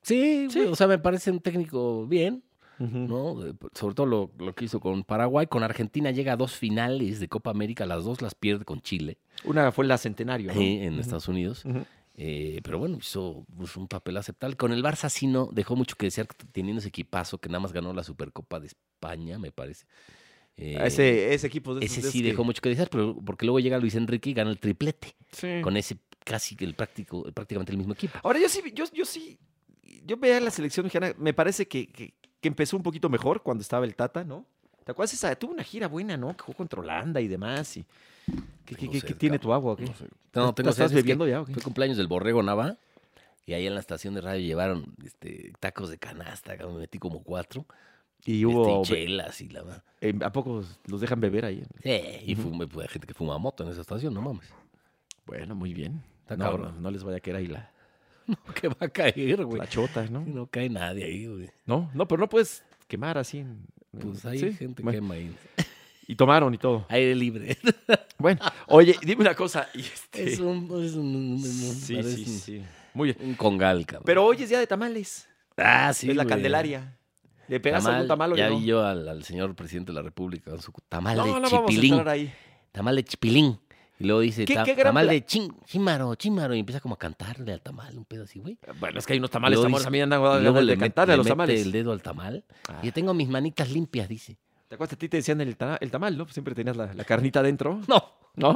Speaker 2: Sí,
Speaker 1: Sí.
Speaker 2: güey, o sea, me parece un técnico bien,
Speaker 1: Ujú.
Speaker 2: ¿no? Eh, Sobre todo lo, lo que hizo con Paraguay. Con Argentina llega a dos finales de Copa América, las dos las pierde con Chile
Speaker 1: Una fue la Centenario, ¿no?
Speaker 2: eh, en Estados Unidos.
Speaker 1: Ujú.
Speaker 2: Eh, pero bueno, hizo pues, un papel aceptable. Con el Barça sí no dejó mucho que desear teniendo ese equipazo que nada más ganó la Supercopa de España, me parece. Eh,
Speaker 1: Ah, Ese, ese equipo de esos- de
Speaker 2: ese
Speaker 1: esos
Speaker 2: sí
Speaker 1: que-
Speaker 2: dejó mucho que desear, pero porque luego llega Luis Enrique y gana el triplete
Speaker 1: Sí.
Speaker 2: con ese casi que el práctico, prácticamente el mismo equipo.
Speaker 1: Ahora, yo sí, vi- yo, yo sí, yo veía la selección mexicana, me parece que, que- que empezó un poquito mejor cuando estaba el Tata, ¿no? ¿Te acuerdas esa? Tuvo una gira buena, ¿no? Que jugó contra Holanda y demás. Y, ¿Qué, qué-
Speaker 2: Tengo
Speaker 1: qué-
Speaker 2: sed,
Speaker 1: qué tiene
Speaker 2: cabrón.
Speaker 1: tu agua? o qué?
Speaker 2: No, sé.
Speaker 1: ¿Te-
Speaker 2: No,
Speaker 1: te
Speaker 2: tengo sed,
Speaker 1: estás
Speaker 2: es que pues,
Speaker 1: bebiendo ya? o qué?
Speaker 2: Fue cumpleaños del Borrego Nava y ahí en la estación de radio llevaron este, tacos de canasta, cabrón, me metí como cuatro,
Speaker 1: Y
Speaker 2: este,
Speaker 1: hubo.
Speaker 2: y chelas y la ma-
Speaker 1: eh, ¿A poco los dejan beber ahí?
Speaker 2: Sí, y fumé, pues, hay gente que fuma moto en esa estación, no mames.
Speaker 1: Bueno, muy bien.
Speaker 2: Está
Speaker 1: no,
Speaker 2: cabrón.
Speaker 1: no, no les vaya a quedar ahí la,
Speaker 2: ¿Qué va a caer, güey?
Speaker 1: la chota, ¿no?
Speaker 2: No cae nadie ahí, güey.
Speaker 1: No, no, pero no puedes quemar así. en- en-
Speaker 2: Pues hay
Speaker 1: sí,
Speaker 2: gente que
Speaker 1: bueno,
Speaker 2: quema ahí.
Speaker 1: Y tomaron y todo.
Speaker 2: Aire libre.
Speaker 1: Bueno, oye, dime una cosa. y este-
Speaker 2: Es un, es un- un- un-
Speaker 1: sí,
Speaker 2: parece
Speaker 1: sí,
Speaker 2: un-
Speaker 1: sí. Muy bien.
Speaker 2: un congal, cabrón.
Speaker 1: Pero hoy es día de tamales.
Speaker 2: ah, sí,
Speaker 1: es la
Speaker 2: güey.
Speaker 1: Candelaria. ¿Le pegas
Speaker 2: Tamal,
Speaker 1: algún tamal o
Speaker 2: Ya
Speaker 1: no?
Speaker 2: vi yo al, al señor presidente de la República con su tamal
Speaker 1: no,
Speaker 2: de
Speaker 1: no vamos a
Speaker 2: chipilín.
Speaker 1: entrar ahí.
Speaker 2: tamal de chipilín. Y luego dice,
Speaker 1: ¿Qué-
Speaker 2: ta-
Speaker 1: qué gran
Speaker 2: tamal
Speaker 1: pla-
Speaker 2: de chin, chímaro, chímaro. Y empieza como a cantarle al tamal, un pedo así, güey.
Speaker 1: Bueno, es que hay unos tamales,
Speaker 2: Luego
Speaker 1: tamales
Speaker 2: dice-
Speaker 1: también andan
Speaker 2: Y luego
Speaker 1: de,
Speaker 2: le
Speaker 1: de
Speaker 2: met-
Speaker 1: cantarle a
Speaker 2: le
Speaker 1: los
Speaker 2: mete
Speaker 1: tamales.
Speaker 2: el dedo al tamal.
Speaker 1: Ah.
Speaker 2: Y yo tengo mis manitas limpias, dice.
Speaker 1: ¿Te acuerdas? A ti te decían el, ta- el tamal, ¿no? Pues siempre tenías la, la carnita adentro.
Speaker 2: No.
Speaker 1: ¿No?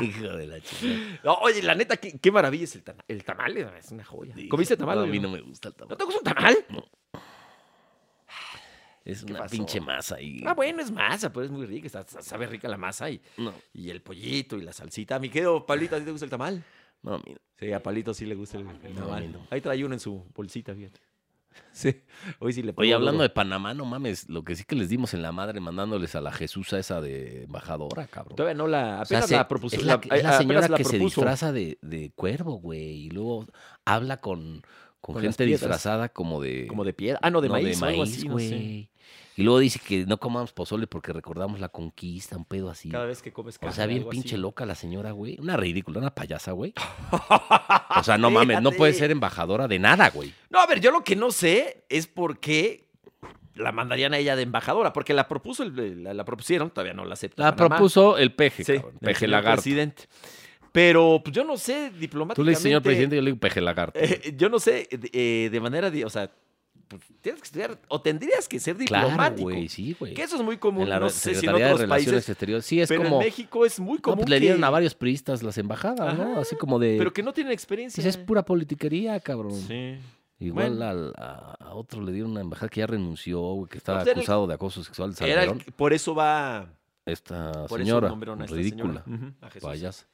Speaker 2: Hijo de la chingada.
Speaker 1: No, oye, la neta, qué, qué maravilla es el, tamal. el tamal. Es una joya. ¿Comiste tamal?
Speaker 2: No,
Speaker 1: o
Speaker 2: a mí
Speaker 1: no?
Speaker 2: no me gusta el tamal.
Speaker 1: ¿No te gusta un tamal?
Speaker 2: Es una
Speaker 1: pasó?
Speaker 2: pinche masa ahí.
Speaker 1: Ah, bueno, es masa, pero es muy rica. está- sabe rica la masa y,
Speaker 2: No,
Speaker 1: y el pollito y la salsita. Mi querido Pablito, ¿a ti te gusta el tamal?
Speaker 2: no, mira.
Speaker 1: Sí, a Palito sí le gusta el, el
Speaker 2: No, a mí
Speaker 1: tamal.
Speaker 2: no.
Speaker 1: Ahí trae uno en su bolsita, fíjate. Sí, hoy sí le
Speaker 2: Oye,
Speaker 1: pegó
Speaker 2: hablando
Speaker 1: duro.
Speaker 2: de Panamá, no mames, lo que sí que les dimos en la madre mandándoles a la Jesusa esa de embajadora, cabrón.
Speaker 1: Todavía no la.
Speaker 2: O sea,
Speaker 1: Apenas
Speaker 2: se-
Speaker 1: la propuso.
Speaker 2: Es la,
Speaker 1: la-
Speaker 2: es la
Speaker 1: apenas
Speaker 2: señora
Speaker 1: la
Speaker 2: que se
Speaker 1: propuso.
Speaker 2: disfraza de, de cuervo, güey, y luego habla con,
Speaker 1: Con
Speaker 2: con,
Speaker 1: las
Speaker 2: gente
Speaker 1: piedras.
Speaker 2: disfrazada como de...
Speaker 1: Como de piedra. Ah, no, de
Speaker 2: no,
Speaker 1: maíz. o algo así, no sé.
Speaker 2: güey. Y luego dice que no comamos pozole porque recordamos la conquista, un pedo así.
Speaker 1: Cada vez que comes
Speaker 2: O
Speaker 1: carne.
Speaker 2: sea, bien
Speaker 1: algo así.
Speaker 2: pinche loca la señora, güey. Una ridícula, una payasa, güey. O sea, no mames, no puede
Speaker 1: Fíjate.
Speaker 2: ser embajadora de nada, güey.
Speaker 1: No, a ver, yo lo que no sé es por qué la mandarían a ella de embajadora. Porque la propuso, el- la, la propusieron, todavía no la acepta.
Speaker 2: La
Speaker 1: Panamá.
Speaker 2: propuso el peje,
Speaker 1: Sí,
Speaker 2: cabrón,
Speaker 1: el
Speaker 2: peje
Speaker 1: señor
Speaker 2: lagarto.
Speaker 1: presidente. Pero pues, yo no sé diplomáticamente.
Speaker 2: Tú le dices señor presidente, yo le digo peje lagarto.
Speaker 1: eh, yo no sé de, eh, de manera. di- O sea, pues, tienes que estudiar. O tendrías que ser
Speaker 2: claro,
Speaker 1: diplomático.
Speaker 2: güey, sí, güey.
Speaker 1: que eso es muy común.
Speaker 2: en la
Speaker 1: no
Speaker 2: re-
Speaker 1: sé si en
Speaker 2: Secretaría de
Speaker 1: otros
Speaker 2: Relaciones
Speaker 1: países.
Speaker 2: Exteriores. Sí, es
Speaker 1: pero
Speaker 2: como.
Speaker 1: en México es muy
Speaker 2: no,
Speaker 1: común.
Speaker 2: pues, le dieron
Speaker 1: que-
Speaker 2: a varios priistas las embajadas, ¿no?
Speaker 1: Ajá,
Speaker 2: Así como de.
Speaker 1: Pero que no tienen
Speaker 2: pues,
Speaker 1: experiencia.
Speaker 2: es pura politiquería, cabrón.
Speaker 1: Sí.
Speaker 2: Igual
Speaker 1: Bueno.
Speaker 2: al- a, a otro le dieron una embajada que ya renunció, güey, que estaba
Speaker 1: Pues era el-
Speaker 2: acusado de acoso sexual. de
Speaker 1: Era el
Speaker 2: Salmerón.
Speaker 1: que- por eso va.
Speaker 2: Esta
Speaker 1: Por
Speaker 2: señora. pues,
Speaker 1: eso nombraron a esta
Speaker 2: ridícula.
Speaker 1: señora. Ujú, a Jesús.
Speaker 2: Vayas.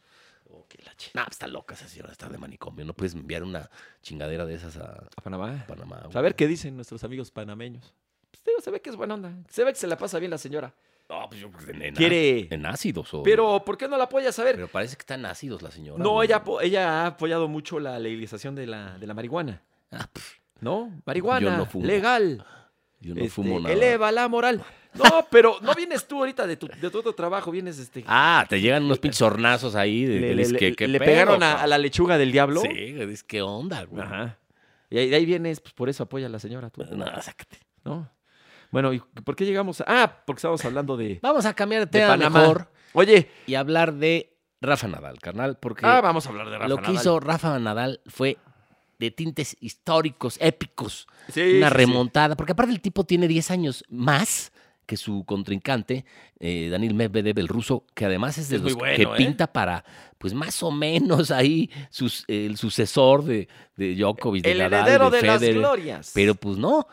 Speaker 2: Oh, qué la chi- No, pues, está loca esa señora, está de manicomio. No puedes enviar una chingadera de esas a
Speaker 1: A Panamá. Pues,
Speaker 2: Panamá. güey.
Speaker 1: A ver qué dicen nuestros amigos panameños. Pues, digo, se ve que es buena onda. Se ve que se la pasa bien la señora.
Speaker 2: No, pues yo creo que en- en-
Speaker 1: Quiere-
Speaker 2: En ácidos. o-
Speaker 1: Pero, ¿por qué no la apoyas? A ver.
Speaker 2: Pero parece que están ácidos la señora.
Speaker 1: No,
Speaker 2: güey.
Speaker 1: ella, apo- ella ha apoyado mucho la legalización de la, de la marihuana.
Speaker 2: Ah, pff,
Speaker 1: ¿No? Marihuana.
Speaker 2: Yo no fumo.
Speaker 1: Legal.
Speaker 2: yo no
Speaker 1: este,
Speaker 2: fumo nada.
Speaker 1: Eleva la moral. No, pero no vienes tú ahorita de tu, de tu otro trabajo. Vienes este.
Speaker 2: Ah, te llegan unos pinches hornazos ahí. De,
Speaker 1: le
Speaker 2: que
Speaker 1: le-
Speaker 2: dices,
Speaker 1: le-
Speaker 2: ¿qué- qué
Speaker 1: le
Speaker 2: pedo,
Speaker 1: pegaron a,
Speaker 2: cabrón?
Speaker 1: a la lechuga del diablo.
Speaker 2: Sí, es que onda, güey.
Speaker 1: Ajá. Y ahí, de ahí vienes, pues por eso apoya a la señora. Tú.
Speaker 2: No, sácate.
Speaker 1: ¿no? Bueno, ¿y por qué llegamos a...? Ah, porque estábamos hablando de,
Speaker 2: Vamos a cambiar de
Speaker 1: de
Speaker 2: tema
Speaker 1: Panamá.
Speaker 2: mejor
Speaker 1: Oye,
Speaker 2: y hablar de Rafa Nadal, carnal, porque
Speaker 1: ah, vamos a hablar de Rafa
Speaker 2: lo que
Speaker 1: Nadal.
Speaker 2: hizo Rafa Nadal fue de tintes históricos, épicos,
Speaker 1: Sí,
Speaker 2: una
Speaker 1: sí, sí.
Speaker 2: remontada, porque aparte el tipo tiene 10 años más que su contrincante, eh, Daniel Medvedev, el ruso, que además es de
Speaker 1: Es muy
Speaker 2: los que
Speaker 1: bueno, ¿eh?
Speaker 2: pinta para, pues más o menos ahí, sus- el sucesor de, de Djokovic, de
Speaker 1: El
Speaker 2: Nadal,
Speaker 1: heredero de, las
Speaker 2: Federer.
Speaker 1: glorias.
Speaker 2: Pero pues no.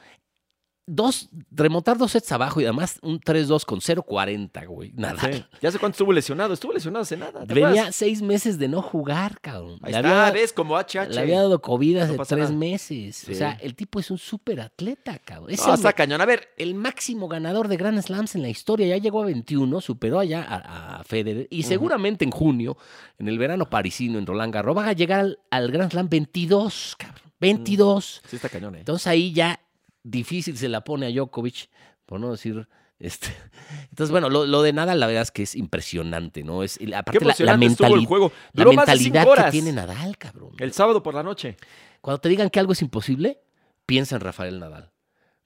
Speaker 2: dos, remontar dos sets abajo y además un 3-2 con 0-40, güey. Nada.
Speaker 1: Sí. Ya sé cuánto estuvo lesionado. Estuvo lesionado hace nada. ¿te
Speaker 2: Venía
Speaker 1: acuerdas?
Speaker 2: seis meses de no jugar, cabrón.
Speaker 1: Ahí
Speaker 2: Le
Speaker 1: está,
Speaker 2: había-
Speaker 1: ves, como HH.
Speaker 2: Le había dado COVID
Speaker 1: No
Speaker 2: hace
Speaker 1: pasa
Speaker 2: tres
Speaker 1: nada.
Speaker 2: meses.
Speaker 1: Sí.
Speaker 2: O sea, el tipo es un súper atleta, cabrón. Es
Speaker 1: No,
Speaker 2: el,
Speaker 1: Ah, está cañón. A ver,
Speaker 2: el máximo ganador de Grand Slams en la historia. Ya llegó a 21, superó allá a, a Federer. Y
Speaker 1: Ujú.
Speaker 2: seguramente en junio, en el verano parisino, en Roland Garros, va a llegar al, al Grand Slam 22, cabrón. 22.
Speaker 1: sí está cañón, ¿eh?
Speaker 2: Entonces ahí ya difícil se la pone a Djokovic, por no decir. Este. Entonces, bueno, lo, lo de nada, la verdad es que es impresionante, ¿no? Es, y la-
Speaker 1: Qué
Speaker 2: aparte, la, la,
Speaker 1: emocionante estuvo el
Speaker 2: mentali-
Speaker 1: juego.
Speaker 2: la
Speaker 1: Duró más de cinco
Speaker 2: mentalidad que
Speaker 1: horas.
Speaker 2: tiene Nadal, cabrón.
Speaker 1: El sábado por la noche.
Speaker 2: Cuando te digan que algo es imposible, piensa en Rafael Nadal.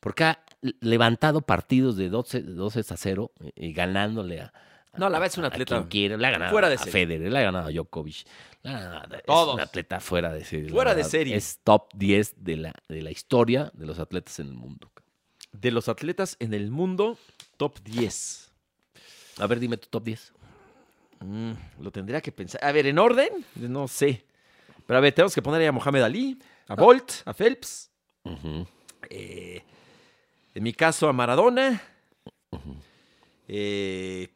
Speaker 2: Porque ha levantado partidos de 12, 12 a 0 y y ganándole a.
Speaker 1: No, la verdad es un
Speaker 2: a- a
Speaker 1: atleta
Speaker 2: quien quiera. Le ha ganado
Speaker 1: fuera de
Speaker 2: a
Speaker 1: serie.
Speaker 2: Federer, le ha ganado a Djokovic. le ha ganado a- Es
Speaker 1: Todos.
Speaker 2: un atleta fuera de serie. la
Speaker 1: Fuera de
Speaker 2: verdad.
Speaker 1: serie.
Speaker 2: Es top 10 de la, de la historia de los atletas en el mundo.
Speaker 1: De los atletas en el mundo, top 10.
Speaker 2: A ver, dime tu top 10.
Speaker 1: Mm, lo tendría que pensar. A ver, ¿en orden? No sé. Pero a ver, tenemos que poner ahí a Mohamed Ali,
Speaker 2: Ah.
Speaker 1: a Bolt, a Phelps.
Speaker 2: Ujú,
Speaker 1: eh, en mi caso, a Maradona.
Speaker 2: ujú.
Speaker 1: eh,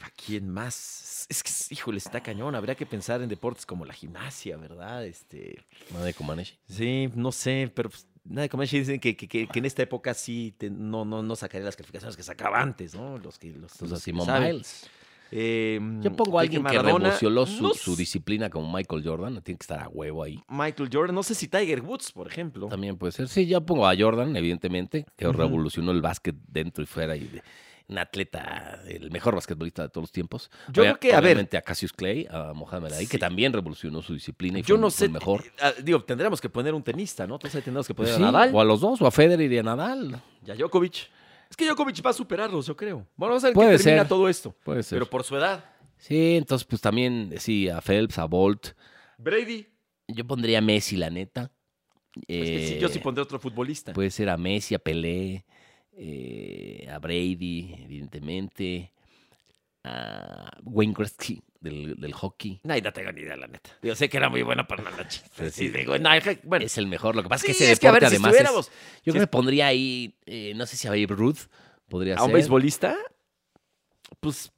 Speaker 1: ¿A quién más? Es que, híjole, está cañón. Habría que pensar en deportes como la gimnasia, ¿verdad? Este,
Speaker 2: Nadie como Anesh.
Speaker 1: sí, no sé, pero pues, nada de comer. Dicen que, que- que- que en esta época sí te- no, no, no sacaría las calificaciones que sacaba antes, ¿no? Los que los,
Speaker 2: Entonces,
Speaker 1: los
Speaker 2: a
Speaker 1: que
Speaker 2: Simone
Speaker 1: saben.
Speaker 2: Biles.
Speaker 1: Eh,
Speaker 2: Yo pongo a alguien que
Speaker 1: Maradona,
Speaker 2: revolucionó su,
Speaker 1: no
Speaker 2: su
Speaker 1: sé.
Speaker 2: disciplina como Michael Jordan. Tiene que estar a huevo ahí.
Speaker 1: Michael Jordan, no sé si Tiger Woods, por ejemplo.
Speaker 2: También puede ser. Sí, ya pongo a Jordan, evidentemente, que
Speaker 1: Ujú.
Speaker 2: revolucionó el básquet dentro y fuera y de- un atleta, el mejor basquetbolista de todos los tiempos.
Speaker 1: Yo creo que, a ver-
Speaker 2: obviamente, a Cassius Clay, a Mohamed Ali, que
Speaker 1: Sí.
Speaker 2: también revolucionó su disciplina y
Speaker 1: Yo
Speaker 2: fue,
Speaker 1: no
Speaker 2: fue
Speaker 1: sé.
Speaker 2: el mejor. Pues
Speaker 1: eh, pues ah, digo, tendríamos que poner un tenista, ¿no? Entonces ahí tendríamos que poner
Speaker 2: Sí,
Speaker 1: a Nadal
Speaker 2: O a los dos, o a Federer y a Nadal.
Speaker 1: y a Djokovic. Es que Djokovic va a superarlos, yo creo. Bueno, vamos a ver qué
Speaker 2: Puede
Speaker 1: termina
Speaker 2: ser.
Speaker 1: todo esto.
Speaker 2: Puede ser.
Speaker 1: Pero por su edad,
Speaker 2: Sí, entonces, pues también, sí, a Phelps, a Bolt.
Speaker 1: Brady.
Speaker 2: Yo pondría a Messi, la neta.
Speaker 1: es que sí,
Speaker 2: Eh, pues
Speaker 1: yo sí pondré otro futbolista.
Speaker 2: Puede ser a Messi, a Pelé, eh, a Brady, evidentemente, a Wayne Gretzky del, del hockey.
Speaker 1: Nadie no tengo ni idea, la neta. Yo sé que era muy buena para la noche.
Speaker 2: Pues
Speaker 1: Sí,
Speaker 2: sí.
Speaker 1: digo, no, je- bueno.
Speaker 2: Es el mejor. Lo que pasa
Speaker 1: sí,
Speaker 2: es que ese deporte además es-
Speaker 1: estuviéramos
Speaker 2: Yo
Speaker 1: si
Speaker 2: creo
Speaker 1: es-
Speaker 2: que pondría ahí, eh, no sé si a Babe Ruth podría
Speaker 1: a un
Speaker 2: ser.
Speaker 1: beisbolista, pues,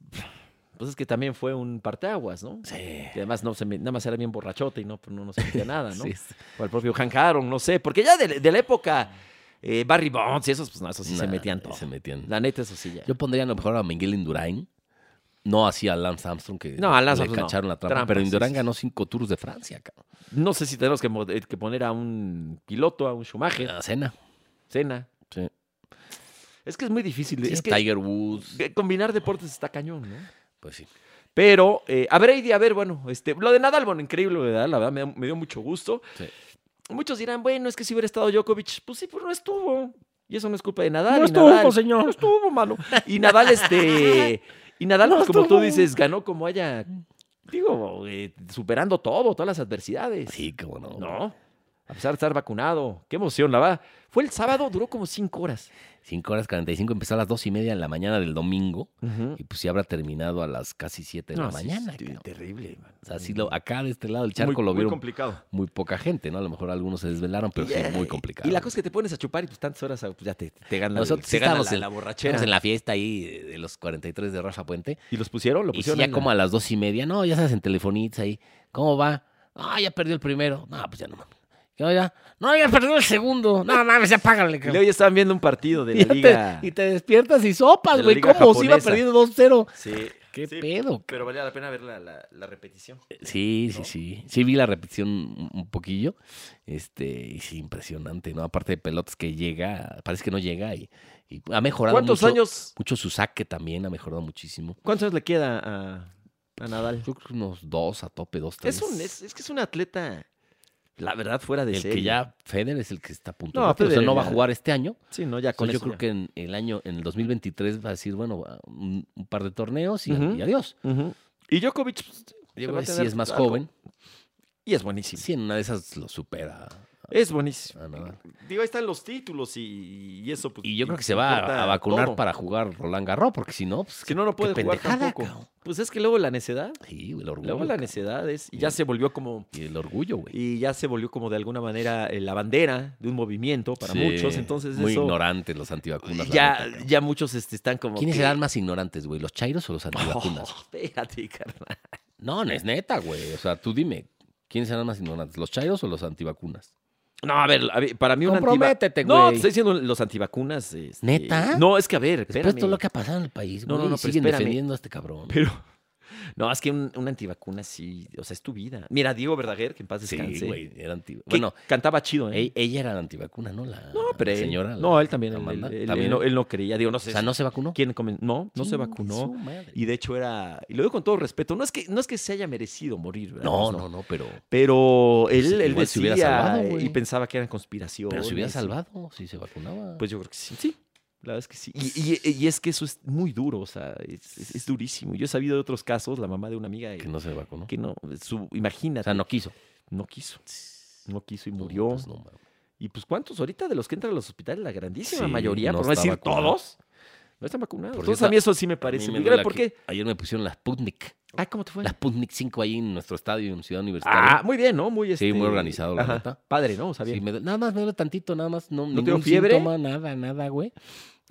Speaker 1: pues es que también fue un parteaguas, ¿no?
Speaker 2: Sí.
Speaker 1: Que además no se me- nada más era bien borrachote y no, pues, no, no se metía nada, ¿no?
Speaker 2: Sí, es-
Speaker 1: O al propio Hank Aaron, no sé. Porque ya de, de la época eh, Barry Bonds y esos, pues no, esos sí se
Speaker 2: Nah,
Speaker 1: metían todo.
Speaker 2: Se metían.
Speaker 1: La neta, eso sí ya.
Speaker 2: Yo pondría a lo mejor a Miguel Indurain. No así a Lance Armstrong, que
Speaker 1: No, a Lance
Speaker 2: le
Speaker 1: Armstrong no.
Speaker 2: cacharon la trampa.
Speaker 1: Trampa,
Speaker 2: pero
Speaker 1: sí,
Speaker 2: Indurain
Speaker 1: sí,
Speaker 2: ganó cinco tours de Francia, cabrón.
Speaker 1: No sé si tenemos que, mo- eh, que poner a un piloto, a un Schumacher,
Speaker 2: La cena.
Speaker 1: Cena.
Speaker 2: Sí.
Speaker 1: Es que es muy difícil.
Speaker 2: Sí,
Speaker 1: es que
Speaker 2: Tiger Woods.
Speaker 1: de- combinar deportes está cañón, ¿no?
Speaker 2: Pues sí.
Speaker 1: Pero eh, a Brady, a ver, bueno, este, lo de Nadal, bueno, increíble lo de Nadal, la verdad, me, da- me dio mucho gusto.
Speaker 2: Sí.
Speaker 1: Muchos dirán, bueno, es que si hubiera estado Djokovic, pues sí, pero no estuvo. Y eso no es culpa de Nadal.
Speaker 2: No
Speaker 1: y
Speaker 2: estuvo,
Speaker 1: Nadal-
Speaker 2: señor.
Speaker 1: No estuvo, mano. Y Nadal, este. Y Nadal,
Speaker 2: No
Speaker 1: pues, como tú
Speaker 2: estuvo.
Speaker 1: dices, ganó como haya. Digo, eh, superando todo, todas las adversidades.
Speaker 2: Sí, cómo no.
Speaker 1: ¿No? A pesar de estar vacunado. Qué emoción, la va. Fue el sábado, duró como cinco horas.
Speaker 2: 5 horas 45, empezó a las 2 y media de la mañana del domingo. Y pues sí habrá terminado a las casi 7 de
Speaker 1: No,
Speaker 2: la
Speaker 1: sí,
Speaker 2: mañana.
Speaker 1: sí, mm.
Speaker 2: cabrón.
Speaker 1: terrible, man.
Speaker 2: O sea, sí lo- acá de este lado del charco lo vieron muy,
Speaker 1: complicado.
Speaker 2: poca gente, ¿no? A lo mejor algunos se desvelaron, pero sí, muy complicado.
Speaker 1: Y la cosa es que te pones a chupar y pues tantas horas ah, pues, ya te, te gana, el-
Speaker 2: Nosotros
Speaker 1: te
Speaker 2: sí
Speaker 1: gana
Speaker 2: estábamos
Speaker 1: la,
Speaker 2: en-
Speaker 1: la borrachera.
Speaker 2: Estábamos en la fiesta ahí de de los 43 de Rafa Puente.
Speaker 1: ¿Y los pusieron? ¿Lo
Speaker 2: Y sí,
Speaker 1: pusieron?
Speaker 2: ya
Speaker 1: en la-
Speaker 2: como a las 2 y media, no, ya sabes, en telefonitas ahí. ¿Cómo va? Ah, ya perdió el primero. No, pues ya no mames. ¿Qué ya? No, ya perdió el segundo. No, mames, ya págale,
Speaker 1: Y luego ya estaban viendo un partido de
Speaker 2: Y
Speaker 1: la
Speaker 2: te-
Speaker 1: liga.
Speaker 2: y te despiertas y sopas,
Speaker 1: De la
Speaker 2: güey.
Speaker 1: liga
Speaker 2: ¿Cómo? Si iba
Speaker 1: japonesa.
Speaker 2: perdiendo 2-0.
Speaker 1: Sí.
Speaker 2: ¿Qué
Speaker 1: sí,
Speaker 2: pedo?
Speaker 1: Pero valía la pena ver la, la- la repetición.
Speaker 2: Sí, sí,
Speaker 1: ¿no?
Speaker 2: sí. Sí vi la repetición un un poquillo. Este, y sí, impresionante, ¿no? Aparte de pelotas que llega, parece que no llega y, y ha mejorado
Speaker 1: ¿Cuántos
Speaker 2: mucho.
Speaker 1: años?
Speaker 2: Mucho su saque también ha mejorado muchísimo.
Speaker 1: ¿Cuántos años le queda a, a Nadal?
Speaker 2: Yo creo que unos dos a tope, dos, tres.
Speaker 1: Es, un, es, es que es un atleta, la verdad, fuera de
Speaker 2: el
Speaker 1: serie.
Speaker 2: que ya, Federer es el que está a punto.
Speaker 1: No,
Speaker 2: No, o sea,
Speaker 1: Federer
Speaker 2: no va a
Speaker 1: ya-
Speaker 2: jugar este año.
Speaker 1: Sí, ¿no? Ya
Speaker 2: Con
Speaker 1: con
Speaker 2: yo
Speaker 1: eso
Speaker 2: creo
Speaker 1: ya.
Speaker 2: que en el año, en el 2023 va a decir, bueno, va, un, un par de torneos y,
Speaker 1: Ujú.
Speaker 2: y adiós.
Speaker 1: Ujú. Y Djokovic pues,
Speaker 2: Yo
Speaker 1: va
Speaker 2: creo
Speaker 1: a
Speaker 2: que sí
Speaker 1: tener
Speaker 2: es más
Speaker 1: algo.
Speaker 2: joven.
Speaker 1: y es buenísimo.
Speaker 2: Sí, en una de esas lo supera
Speaker 1: Es buenísimo.
Speaker 2: Ah, no.
Speaker 1: Digo, ahí están los títulos y, y eso. Pues,
Speaker 2: Y yo creo que se va a-
Speaker 1: importa
Speaker 2: a, vacunar
Speaker 1: todo.
Speaker 2: para jugar Roland Garros, porque si no, pues,
Speaker 1: Si no, no puede
Speaker 2: qué
Speaker 1: jugar
Speaker 2: pendejada,
Speaker 1: tampoco.
Speaker 2: cabrón.
Speaker 1: Pues es que luego la necedad.
Speaker 2: Sí, el orgullo.
Speaker 1: Luego la
Speaker 2: cabrón.
Speaker 1: necedad es. Y ya se volvió como.
Speaker 2: Y el orgullo, güey.
Speaker 1: Y ya se volvió como de alguna manera eh, la bandera de un movimiento para
Speaker 2: Sí,
Speaker 1: muchos. Entonces
Speaker 2: Muy
Speaker 1: eso.
Speaker 2: ignorantes los antivacunas. la
Speaker 1: Ya,
Speaker 2: neta, cabrón.
Speaker 1: ya muchos este, están como.
Speaker 2: ¿Quiénes
Speaker 1: que-
Speaker 2: serán más ignorantes, güey? ¿Los chairos o los
Speaker 1: Oh,
Speaker 2: antivacunas?
Speaker 1: espérate, carnal.
Speaker 2: No, no es neta, güey. O sea, tú dime, ¿quiénes serán más ignorantes? ¿Los chairos o los antivacunas?
Speaker 1: No, a ver, a ver, para mí un antiva-
Speaker 2: Comprométete,
Speaker 1: No, pues,
Speaker 2: güey.
Speaker 1: te estoy diciendo los antivacunas. este,
Speaker 2: ¿Neta?
Speaker 1: No, es que a ver,
Speaker 2: Después
Speaker 1: espérame.
Speaker 2: todo lo que ha pasado en el país,
Speaker 1: No,
Speaker 2: güey,
Speaker 1: no, no, pero
Speaker 2: siguen
Speaker 1: espérame.
Speaker 2: defendiendo a este cabrón.
Speaker 1: Pero. No, es que un, un antivacuna sí. O sea, es tu vida. Mira, Diego Verdaguer, que en paz descanse.
Speaker 2: sí, güey, era anti...
Speaker 1: que
Speaker 2: Bueno,
Speaker 1: cantaba chido, ¿eh?
Speaker 2: e- ella era la antivacuna, ¿no? La
Speaker 1: no, pero. él-
Speaker 2: señora. la-
Speaker 1: no, él también. él-
Speaker 2: Amanda,
Speaker 1: él, él
Speaker 2: ¿también?
Speaker 1: no, él no creía. Digo, no sé.
Speaker 2: o sea,
Speaker 1: si-
Speaker 2: no se vacunó.
Speaker 1: ¿Quién comen- No, no se vacunó. Y de hecho era. Y lo digo con todo respeto. No es que, no es que se haya merecido morir, ¿verdad?
Speaker 2: No,
Speaker 1: Pues
Speaker 2: no, no, pero,
Speaker 1: Pero él,
Speaker 2: Pues
Speaker 1: él
Speaker 2: igual
Speaker 1: decía
Speaker 2: se hubiera salvado,
Speaker 1: eh,
Speaker 2: güey.
Speaker 1: y pensaba que eran conspiraciones.
Speaker 2: pero se hubiera salvado si se vacunaba.
Speaker 1: Pues yo creo que sí. Sí, la verdad es que sí. Y,
Speaker 2: Pues
Speaker 1: y- y es que eso es muy duro, o sea, es, es- es durísimo. Yo he sabido de otros casos, la mamá de una amiga eh,
Speaker 2: que no se vacunó.
Speaker 1: que no, su,
Speaker 2: O
Speaker 1: imagínate,
Speaker 2: sea, no quiso.
Speaker 1: no quiso. No quiso y
Speaker 2: No,
Speaker 1: murió.
Speaker 2: pues no, mames.
Speaker 1: Y pues, ¿cuántos ahorita de los que entran a los hospitales? La grandísima
Speaker 2: Sí,
Speaker 1: mayoría,
Speaker 2: no
Speaker 1: por no
Speaker 2: está
Speaker 1: decir
Speaker 2: vacunado.
Speaker 1: todos, no están vacunados.
Speaker 2: Por
Speaker 1: Entonces,
Speaker 2: cierto,
Speaker 1: a mí eso sí me
Speaker 2: A mí
Speaker 1: parece
Speaker 2: me
Speaker 1: muy
Speaker 2: duele
Speaker 1: grave. ¿Por
Speaker 2: aquí.
Speaker 1: qué?
Speaker 2: Ayer me pusieron la Sputnik.
Speaker 1: Ay, ¿cómo te fue?
Speaker 2: La Sputnik 5 ahí en nuestro estadio, en Ciudad Universitaria.
Speaker 1: Ah, muy bien, ¿no? Muy
Speaker 2: Sí,
Speaker 1: este,
Speaker 2: muy organizado, la
Speaker 1: ajá.
Speaker 2: neta.
Speaker 1: Padre, ¿no? O sea, bien.
Speaker 2: Sí, me duele- nada más me duele tantito, nada más. No,
Speaker 1: ¿No te dio
Speaker 2: ningún
Speaker 1: fiebre?
Speaker 2: síntoma, nada, nada, güey.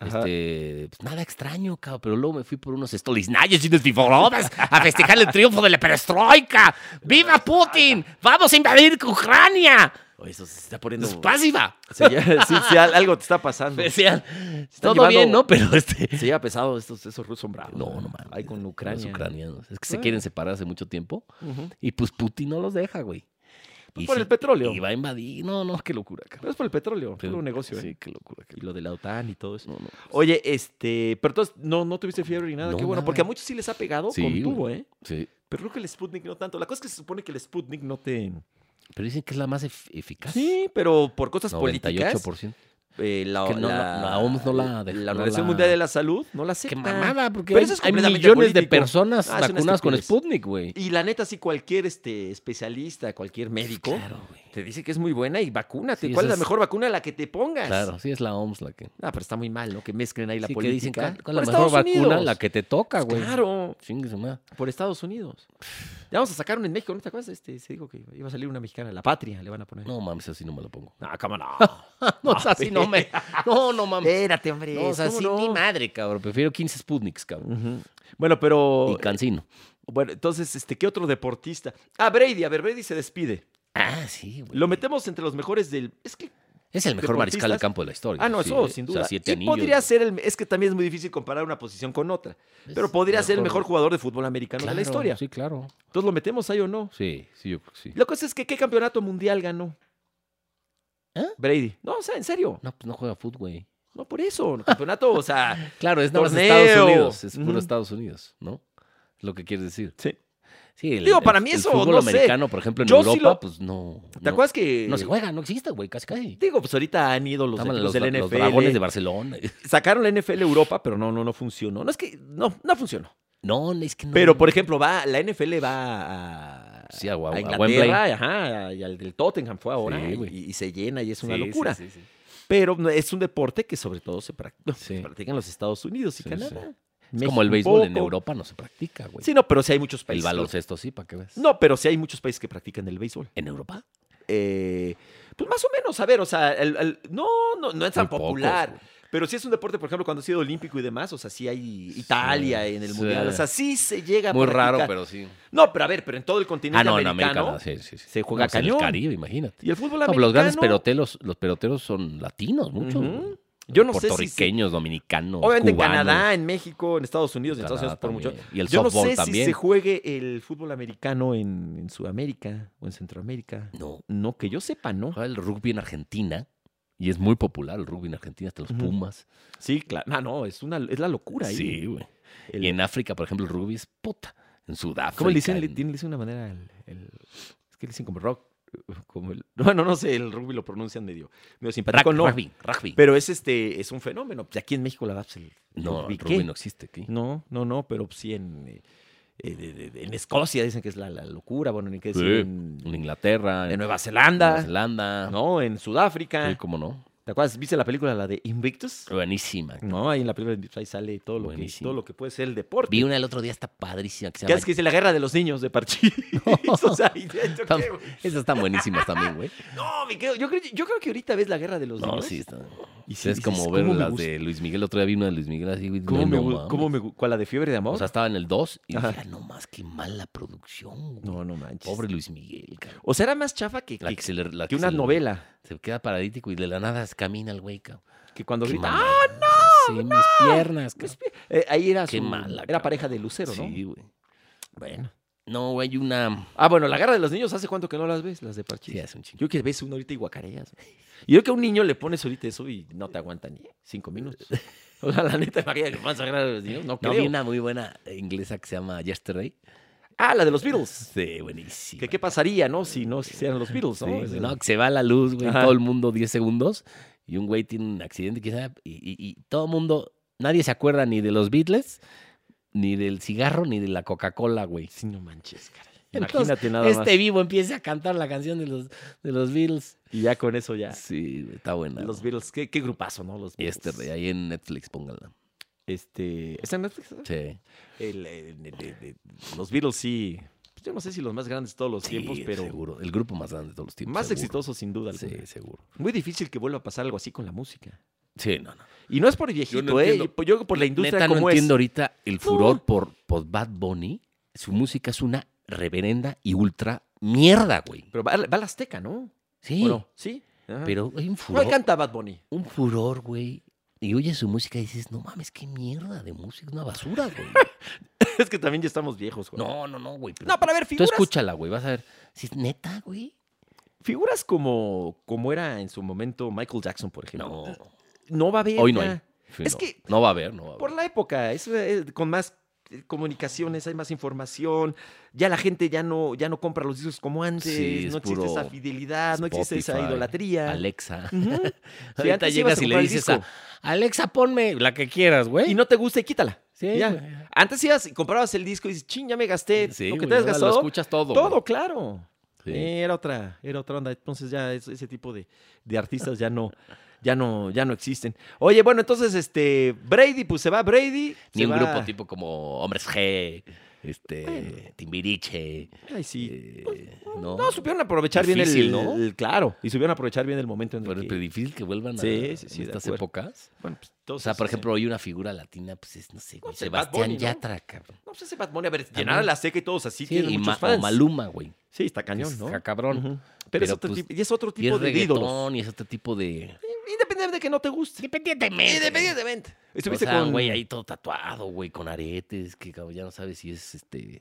Speaker 1: Ajá.
Speaker 2: Este, pues nada extraño, cabrón. Pero luego me fui por unos estoliznayos y unos biforodas a festejar el triunfo de la perestroika. ¡Viva Putin! ¡Vamos a invadir Ucrania!
Speaker 1: Oye, eso se está poniendo.
Speaker 2: ¡Spasiba!
Speaker 1: Sí, ya- sí, sí, al- algo te está pasando.
Speaker 2: Decían,
Speaker 1: están
Speaker 2: todo
Speaker 1: llevando-
Speaker 2: bien, ¿no? Pero este...
Speaker 1: Se lleva pesado estos, esos rusos son bravos.
Speaker 2: No, no
Speaker 1: ¿eh?
Speaker 2: mames.
Speaker 1: Ahí con
Speaker 2: los
Speaker 1: Ucrania.
Speaker 2: ucranianos. Es que se
Speaker 1: Bueno.
Speaker 2: quieren separar hace mucho tiempo.
Speaker 1: Ujú.
Speaker 2: Y pues Putin no los deja, güey.
Speaker 1: Pues
Speaker 2: Y
Speaker 1: por
Speaker 2: sí-
Speaker 1: el petróleo.
Speaker 2: Y va a invadir. No, no, qué locura, cabrón.
Speaker 1: Pero es por el petróleo, es
Speaker 2: Sí,
Speaker 1: un negocio. ¿eh?
Speaker 2: Sí, qué locura. qué
Speaker 1: Y lo de la OTAN y todo eso.
Speaker 2: lo- No, no.
Speaker 1: Oye, este, pero entonces no, no tuviste fiebre ni nada,
Speaker 2: No,
Speaker 1: qué bueno,
Speaker 2: nada.
Speaker 1: porque a muchos sí les ha pegado
Speaker 2: Sí,
Speaker 1: con
Speaker 2: güey.
Speaker 1: tubo, ¿eh?
Speaker 2: Sí.
Speaker 1: Pero creo que el Sputnik no tanto. La cosa es que se supone que el Sputnik no te...
Speaker 2: Pero dicen que es la más ef- eficaz.
Speaker 1: Sí, pero por cosas políticas...
Speaker 2: 98%.
Speaker 1: eh, la,
Speaker 2: Que no la- la OMS no la dejó, no
Speaker 1: Organización
Speaker 2: la-
Speaker 1: Mundial de la Salud no la acepta.
Speaker 2: Qué mamada, porque
Speaker 1: Pero
Speaker 2: hay,
Speaker 1: eso es
Speaker 2: hay
Speaker 1: completamente
Speaker 2: millones de
Speaker 1: político.
Speaker 2: personas
Speaker 1: Ah, es una
Speaker 2: vacunadas con
Speaker 1: estupidez.
Speaker 2: Sputnik, güey.
Speaker 1: Y la neta, sí, cualquier este, especialista, cualquier médico,
Speaker 2: Pues Claro, güey.
Speaker 1: te dice que es muy buena y vacúnate.
Speaker 2: Sí,
Speaker 1: ¿Cuál es la
Speaker 2: esa es-
Speaker 1: mejor vacuna? La que te pongas.
Speaker 2: Claro, sí es la OMS la que.
Speaker 1: Ah, pero está muy mal, ¿no? Que mezclen ahí Pues. la
Speaker 2: sí, que dicen
Speaker 1: política.
Speaker 2: que con la
Speaker 1: Por
Speaker 2: mejor
Speaker 1: Estados
Speaker 2: vacuna
Speaker 1: Unidos. Pues
Speaker 2: la que te toca, güey.
Speaker 1: Claro,
Speaker 2: Chingue su madre.
Speaker 1: por Estados Unidos. Ya vamos a sacar una en México, ¿no te acuerdas? Este, se dijo que iba a salir una mexicana, la patria, le van a poner.
Speaker 2: No mames, así no me lo pongo.
Speaker 1: no cómo no.
Speaker 2: No, o sea, así no me. No, no mames.
Speaker 1: Espérate, hombre.
Speaker 2: No, o sea,
Speaker 1: Eh, ¿cómo
Speaker 2: sí,
Speaker 1: no?
Speaker 2: ni madre, cabrón. Prefiero 15 Sputniks, cabrón.
Speaker 1: Ujú. Bueno, pero.
Speaker 2: Y Cancino.
Speaker 1: Bueno, entonces, este, ¿qué otro deportista? Ah, Brady, a ver, Brady se despide.
Speaker 2: Ah, sí, güey.
Speaker 1: Lo metemos entre los mejores del. Es que
Speaker 2: Es el mejor mariscal de
Speaker 1: deportistas.
Speaker 2: campo de la historia.
Speaker 1: Ah, no,
Speaker 2: sí,
Speaker 1: eso
Speaker 2: güey.
Speaker 1: sin
Speaker 2: O sea,
Speaker 1: duda.
Speaker 2: siete
Speaker 1: y
Speaker 2: anillos,
Speaker 1: podría ser el. Es que también es muy difícil comparar una posición con otra.
Speaker 2: güey.
Speaker 1: Pero
Speaker 2: Es
Speaker 1: podría ser el mejor jugador de fútbol americano de la
Speaker 2: Claro,
Speaker 1: historia.
Speaker 2: Sí, claro.
Speaker 1: Entonces, ¿lo metemos ahí o no?
Speaker 2: Sí, sí, yo creo que sí.
Speaker 1: La cosa es que, ¿qué campeonato mundial ganó?
Speaker 2: ¿Eh?
Speaker 1: Brady. No, o sea, en serio.
Speaker 2: No, pues no juega fútbol, güey.
Speaker 1: No por eso. el Campeonato, o sea.
Speaker 2: Claro, es nada más
Speaker 1: Torneo.
Speaker 2: Estados Unidos. Es puro
Speaker 1: Ujú.
Speaker 2: Estados Unidos, ¿no? Es lo que quieres decir.
Speaker 1: Sí.
Speaker 2: Sí, el,
Speaker 1: Digo, para mí
Speaker 2: el
Speaker 1: eso,
Speaker 2: fútbol
Speaker 1: no sé.
Speaker 2: americano, por ejemplo, en
Speaker 1: Yo sí
Speaker 2: Europa,
Speaker 1: lo-
Speaker 2: pues no.
Speaker 1: ¿Te
Speaker 2: no,
Speaker 1: acuerdas que.?
Speaker 2: No se juega, no existe, güey, casi casi.
Speaker 1: Digo, pues ahorita han ido los
Speaker 2: Estaban
Speaker 1: equipos
Speaker 2: los,
Speaker 1: del
Speaker 2: los
Speaker 1: NFL.
Speaker 2: dragones de Barcelona.
Speaker 1: Sacaron la NFL Europa, pero no, no, no funcionó. No es que. No, no funcionó.
Speaker 2: No, es que no.
Speaker 1: Pero, por ejemplo, va, la NFL va a.
Speaker 2: Sí, a, Gua-
Speaker 1: a
Speaker 2: a Wembley.
Speaker 1: Inglaterra, ajá, y al del Tottenham fue ahora,
Speaker 2: Sí,
Speaker 1: y-
Speaker 2: güey.
Speaker 1: y, y se llena y es una
Speaker 2: Sí, sí,
Speaker 1: locura.
Speaker 2: sí, sí.
Speaker 1: Pero no- es un deporte que sobre todo se prac- no,
Speaker 2: Sí.
Speaker 1: se practica en los Estados Unidos y
Speaker 2: Sí,
Speaker 1: Canadá.
Speaker 2: sí. Es
Speaker 1: México
Speaker 2: como el
Speaker 1: un
Speaker 2: béisbol en
Speaker 1: poco.
Speaker 2: Europa no se practica, güey.
Speaker 1: Sí, no, pero sí hay muchos
Speaker 2: el
Speaker 1: países. que lo-
Speaker 2: baloncesto sí, ¿para qué ves?
Speaker 1: No, pero sí hay muchos países que practican el béisbol.
Speaker 2: ¿En Europa?
Speaker 1: Eh, pues más o menos, a ver, o sea, el- el- no, no, no es tan
Speaker 2: Muy pocos,
Speaker 1: popular.
Speaker 2: güey.
Speaker 1: pero sí es un deporte, por ejemplo, cuando ha sido olímpico y demás, o sea, sí hay Italia en el
Speaker 2: sí.
Speaker 1: Mundial, o sea, sí se llega a
Speaker 2: Muy raro,
Speaker 1: practicar.
Speaker 2: pero sí.
Speaker 1: No, pero a ver, pero en todo el continente
Speaker 2: Ah, no, en
Speaker 1: americano.
Speaker 2: América no, sí, sí, sí.
Speaker 1: se juega
Speaker 2: No, pues En
Speaker 1: cañón.
Speaker 2: el Caribe, imagínate.
Speaker 1: Y el fútbol
Speaker 2: No, pero
Speaker 1: americano.
Speaker 2: los grandes peloteros, los peloteros son latinos, muchos.
Speaker 1: Ujú.
Speaker 2: güey.
Speaker 1: Yo no sé si-
Speaker 2: Puertorriqueños, dominicanos,
Speaker 1: Obviamente
Speaker 2: cubanos.
Speaker 1: en Canadá, en México, en Estados Unidos, en Estados Unidos por mucho.
Speaker 2: también. Y el
Speaker 1: Yo no
Speaker 2: softball
Speaker 1: sé
Speaker 2: también.
Speaker 1: si se juegue el fútbol americano en, en Sudamérica o en Centroamérica.
Speaker 2: No,
Speaker 1: No, que yo sepa, ¿no?
Speaker 2: juega el rugby en Argentina. Y es muy popular el rugby en Argentina, hasta los
Speaker 1: Ujú.
Speaker 2: Pumas.
Speaker 1: Sí, claro. No, no, es, una, es la locura ahí.
Speaker 2: Sí, güey.
Speaker 1: El-
Speaker 2: Y en África, por ejemplo, el rugby es puta. En Sudáfrica.
Speaker 1: ¿Cómo le dicen?
Speaker 2: en-
Speaker 1: Le, tiene- le dicen una manera. El, el- es que le dicen como rock. Como el, bueno, no sé, el rugby lo pronuncian medio, medio simpático.
Speaker 2: Rag-
Speaker 1: no,
Speaker 2: Rugby, rugby.
Speaker 1: pero es este es un fenómeno. Pues Aquí en México la verdad, pues, el
Speaker 2: no,
Speaker 1: rugby,
Speaker 2: el
Speaker 1: ¿qué?
Speaker 2: rugby no existe aquí.
Speaker 1: No, no, no, pero sí en, eh, eh, de- de- de- en Escocia dicen que es la, la locura, bueno, ni qué
Speaker 2: Sí.
Speaker 1: decir, en,
Speaker 2: En Inglaterra,
Speaker 1: en
Speaker 2: en
Speaker 1: Nueva Zelanda,
Speaker 2: Nueva Zelanda.
Speaker 1: ¿no? En Sudáfrica.
Speaker 2: Sí, cómo no.
Speaker 1: ¿Te acuerdas? ¿Viste la película, la de Invictus?
Speaker 2: Buenísima.
Speaker 1: No, ahí en la película de Invictus ahí sale todo lo, que,
Speaker 2: Buenísimo.
Speaker 1: todo lo que puede ser el deporte.
Speaker 2: Vi una el otro día, está padrísima. Que se
Speaker 1: ¿Qué
Speaker 2: llama...
Speaker 1: haces que dice la guerra de los niños de Parchís? o sea, ¿y esto
Speaker 2: Tam-
Speaker 1: qué, güey?
Speaker 2: Esas están buenísimas también, güey.
Speaker 1: No, me quedo- yo creo, yo creo que ahorita ves la guerra de los
Speaker 2: No,
Speaker 1: niños.
Speaker 2: sí, están.
Speaker 1: Y
Speaker 2: Sí, es como ver
Speaker 1: verlas
Speaker 2: las de Luis Miguel. Otro día vi una de Luis Miguel así, güey.
Speaker 1: ¿Cómo
Speaker 2: no,
Speaker 1: me
Speaker 2: no
Speaker 1: gu-
Speaker 2: mames.
Speaker 1: cómo me gu- ¿Cuál, la de Fiebre de Amor?
Speaker 2: O sea, estaba en el 2 y
Speaker 1: Ajá.
Speaker 2: dije, "Ah, no más, qué mala producción. güey.
Speaker 1: no, no manches.
Speaker 2: Pobre Luis Miguel, cabrón.
Speaker 1: O sea, era más chafa que,
Speaker 2: La
Speaker 1: que-
Speaker 2: que se le- la
Speaker 1: que
Speaker 2: que
Speaker 1: una
Speaker 2: se le-
Speaker 1: novela.
Speaker 2: Se queda paralítico y de la nada se camina el güey, cabrón.
Speaker 1: Que cuando
Speaker 2: Qué
Speaker 1: grita,
Speaker 2: mamada.
Speaker 1: ¡ah!
Speaker 2: Sí, mis piernas,
Speaker 1: Mis
Speaker 2: cabrón.
Speaker 1: Eh, ahí era
Speaker 2: Qué
Speaker 1: su-
Speaker 2: mala,
Speaker 1: Era
Speaker 2: cabrón.
Speaker 1: pareja de Lucero, ¿no?
Speaker 2: Sí, güey.
Speaker 1: Bueno.
Speaker 2: No, güey, hay una.
Speaker 1: Ah, bueno, la guerra de los niños, ¿hace cuánto que no las ves? Las de Parchís.
Speaker 2: Sí, es un chingo.
Speaker 1: Yo que ves una ahorita y guacareas. güey. Y yo que a un niño le pones ahorita eso y no te aguanta ni cinco minutos. O sea, la neta, imagínate que vas a agarrar a los niños. No,
Speaker 2: No,
Speaker 1: creo.
Speaker 2: vi una muy buena inglesa que se llama Yesterday.
Speaker 1: Ah, la de los Beatles.
Speaker 2: Sí, buenísima.
Speaker 1: Que qué pasaría, ¿no? Si no se hicieran los Beatles,
Speaker 2: Sí,
Speaker 1: ¿no?
Speaker 2: güey, no, que se va la luz, güey,
Speaker 1: Ajá.
Speaker 2: todo el mundo 10 segundos y un güey tiene un accidente, quizá, y, y- y todo el mundo, nadie se acuerda ni de los Beatles, ni del cigarro, ni de la Coca-Cola, güey.
Speaker 1: Sí, no manches, caray.
Speaker 2: Entonces,
Speaker 1: Imagínate nada
Speaker 2: este vivo empieza a cantar la canción de los, de los Beatles.
Speaker 1: más. Y ya con eso ya.
Speaker 2: Sí, güey, está buena.
Speaker 1: Ah. Los Beatles, qué, qué grupazo, ¿no? Los Beatles.
Speaker 2: Yesterday, ahí en Netflix, pónganla.
Speaker 1: Este, ¿Está en Netflix?
Speaker 2: Sí.
Speaker 1: El- el- el- el- el- los Beatles sí. Pues yo no sé si los más grandes de todos los
Speaker 2: Sí,
Speaker 1: tiempos, pero
Speaker 2: seguro. El grupo más grande de todos los tiempos.
Speaker 1: más
Speaker 2: seguro.
Speaker 1: exitosos sin duda. alguna.
Speaker 2: Sí, seguro.
Speaker 1: Muy difícil que vuelva a pasar algo así con la música.
Speaker 2: Sí, no, no.
Speaker 1: Y no es por viejito,
Speaker 2: no
Speaker 1: ¿eh?
Speaker 2: entiendo.
Speaker 1: Yo- Yo por la industria
Speaker 2: Neta, no
Speaker 1: como es.
Speaker 2: entiendo ahorita el furor por, por Bad Bunny. Su música es una reverenda y ultra mierda, güey.
Speaker 1: Pero va, va al Azteca, ¿no?
Speaker 2: Sí,
Speaker 1: ¿O no? Sí. Ajá.
Speaker 2: pero hay un
Speaker 1: No
Speaker 2: furor,
Speaker 1: encanta Bad Bunny.
Speaker 2: un furor, güey. Y oyes su música y dices, no mames, qué mierda de música, es una basura, güey.
Speaker 1: es que también ya estamos viejos, güey.
Speaker 2: No, no, no, güey. pero
Speaker 1: No, para ver
Speaker 2: Tú
Speaker 1: figuras.
Speaker 2: escúchala, güey, vas a ver. Si es neta, güey.
Speaker 1: Figuras como, como era en su momento Michael Jackson, por ejemplo.
Speaker 2: No,
Speaker 1: No va a haber.
Speaker 2: hoy no
Speaker 1: ya.
Speaker 2: hay. Sí,
Speaker 1: Es
Speaker 2: no.
Speaker 1: que-
Speaker 2: No va a haber, no va a haber.
Speaker 1: Por la época, es, eh, con más eh, comunicaciones, hay más información, ya la gente ya no, ya no compra los discos como antes,
Speaker 2: Sí, es
Speaker 1: no existe
Speaker 2: puro
Speaker 1: esa fidelidad, no existe esa
Speaker 2: Spotify,
Speaker 1: idolatría.
Speaker 2: Alexa.
Speaker 1: Ujú. Sí,
Speaker 2: Ahorita
Speaker 1: antes ibas
Speaker 2: llegas
Speaker 1: a
Speaker 2: y le
Speaker 1: comprar el
Speaker 2: dices
Speaker 1: disco
Speaker 2: a Alexa, ponme la que quieras, güey.
Speaker 1: y no te gusta y quítala.
Speaker 2: Sí,
Speaker 1: Ya.
Speaker 2: güey.
Speaker 1: Antes ibas y comprabas el disco y dices, ching, ya me gasté
Speaker 2: Sí,
Speaker 1: lo que
Speaker 2: güey,
Speaker 1: te has
Speaker 2: ahora
Speaker 1: gastado.
Speaker 2: Lo escuchas todo.
Speaker 1: todo,
Speaker 2: güey.
Speaker 1: claro.
Speaker 2: Sí.
Speaker 1: Eh, Era otra, era otra onda. Entonces ya es- ese tipo de, de artistas ya no, ya no, ya no existen. Oye, bueno, entonces este Brady, pues se va Brady.
Speaker 2: Ni
Speaker 1: se
Speaker 2: un
Speaker 1: va-
Speaker 2: grupo tipo como Hombres G, este,
Speaker 1: Bueno.
Speaker 2: Timbiriche.
Speaker 1: Ay, sí. Pues,
Speaker 2: eh,
Speaker 1: No,
Speaker 2: no,
Speaker 1: supieron aprovechar bien
Speaker 2: Difícil,
Speaker 1: el,
Speaker 2: ¿no? pues,
Speaker 1: el- Claro, y supieron aprovechar bien el momento en el
Speaker 2: pero es
Speaker 1: que...
Speaker 2: difícil que vuelvan a
Speaker 1: Sí, sí, sí,
Speaker 2: en
Speaker 1: de
Speaker 2: estas
Speaker 1: acuerdo.
Speaker 2: épocas.
Speaker 1: Bueno, pues,
Speaker 2: O
Speaker 1: todos
Speaker 2: sea, por
Speaker 1: esos,
Speaker 2: ejemplo, hoy una figura latina, pues es, no sé, güey,
Speaker 1: pues, el Bad
Speaker 2: Sebastián
Speaker 1: Bunny, ¿no?
Speaker 2: Yatra, cabrón.
Speaker 1: eh, No, pues ese Bad Bunny, a ver,
Speaker 2: También.
Speaker 1: llenar a la seca y todos así,
Speaker 2: Sí,
Speaker 1: tiene
Speaker 2: y
Speaker 1: muchos
Speaker 2: Ma- o
Speaker 1: fans.
Speaker 2: Maluma, güey.
Speaker 1: Sí, está
Speaker 2: que
Speaker 1: cañón,
Speaker 2: es
Speaker 1: ¿no?
Speaker 2: ca- cabrón.
Speaker 1: Ujú. Pero, es
Speaker 2: Pero,
Speaker 1: otro,
Speaker 2: pues,
Speaker 1: tipo, y es otro
Speaker 2: Y
Speaker 1: tipo
Speaker 2: es
Speaker 1: de ídolos.
Speaker 2: reggaetón y es otro tipo de...
Speaker 1: Independientemente de que no te guste.
Speaker 2: Independientemente.
Speaker 1: Independientemente.
Speaker 2: O
Speaker 1: Estuviste
Speaker 2: sea,
Speaker 1: con...
Speaker 2: güey, ahí todo tatuado, güey, con aretes, que cabrón, ya no sabes si es, este,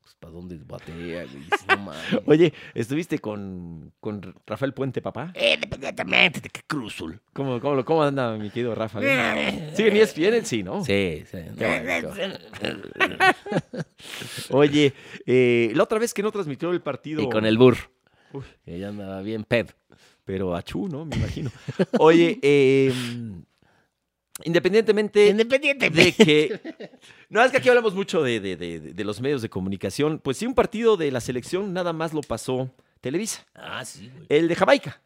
Speaker 2: pues, para dónde batea, güey. dices, No mames.
Speaker 1: Oye, estuviste con, con Rafael Puente, papá.
Speaker 2: Independientemente de que cruzul.
Speaker 1: ¿Cómo, cómo, lo- cómo anda mi querido Rafa? Sí, ni es bien, sí, ¿no?
Speaker 2: Eh. Sí, sí.
Speaker 1: Qué Oye, eh, la otra vez que no transmitió el partido...
Speaker 2: y con el burr.
Speaker 1: Uy.
Speaker 2: Ella andaba bien ped.
Speaker 1: Pero achú, ¿no? Me imagino. Oye, eh, independientemente de
Speaker 2: Independientemente.
Speaker 1: que... No, es que aquí hablamos mucho de, de- de- de los medios de comunicación. Pues sí, un partido de la selección nada más lo pasó Televisa,
Speaker 2: Ah, sí, güey.
Speaker 1: el de Jamaica.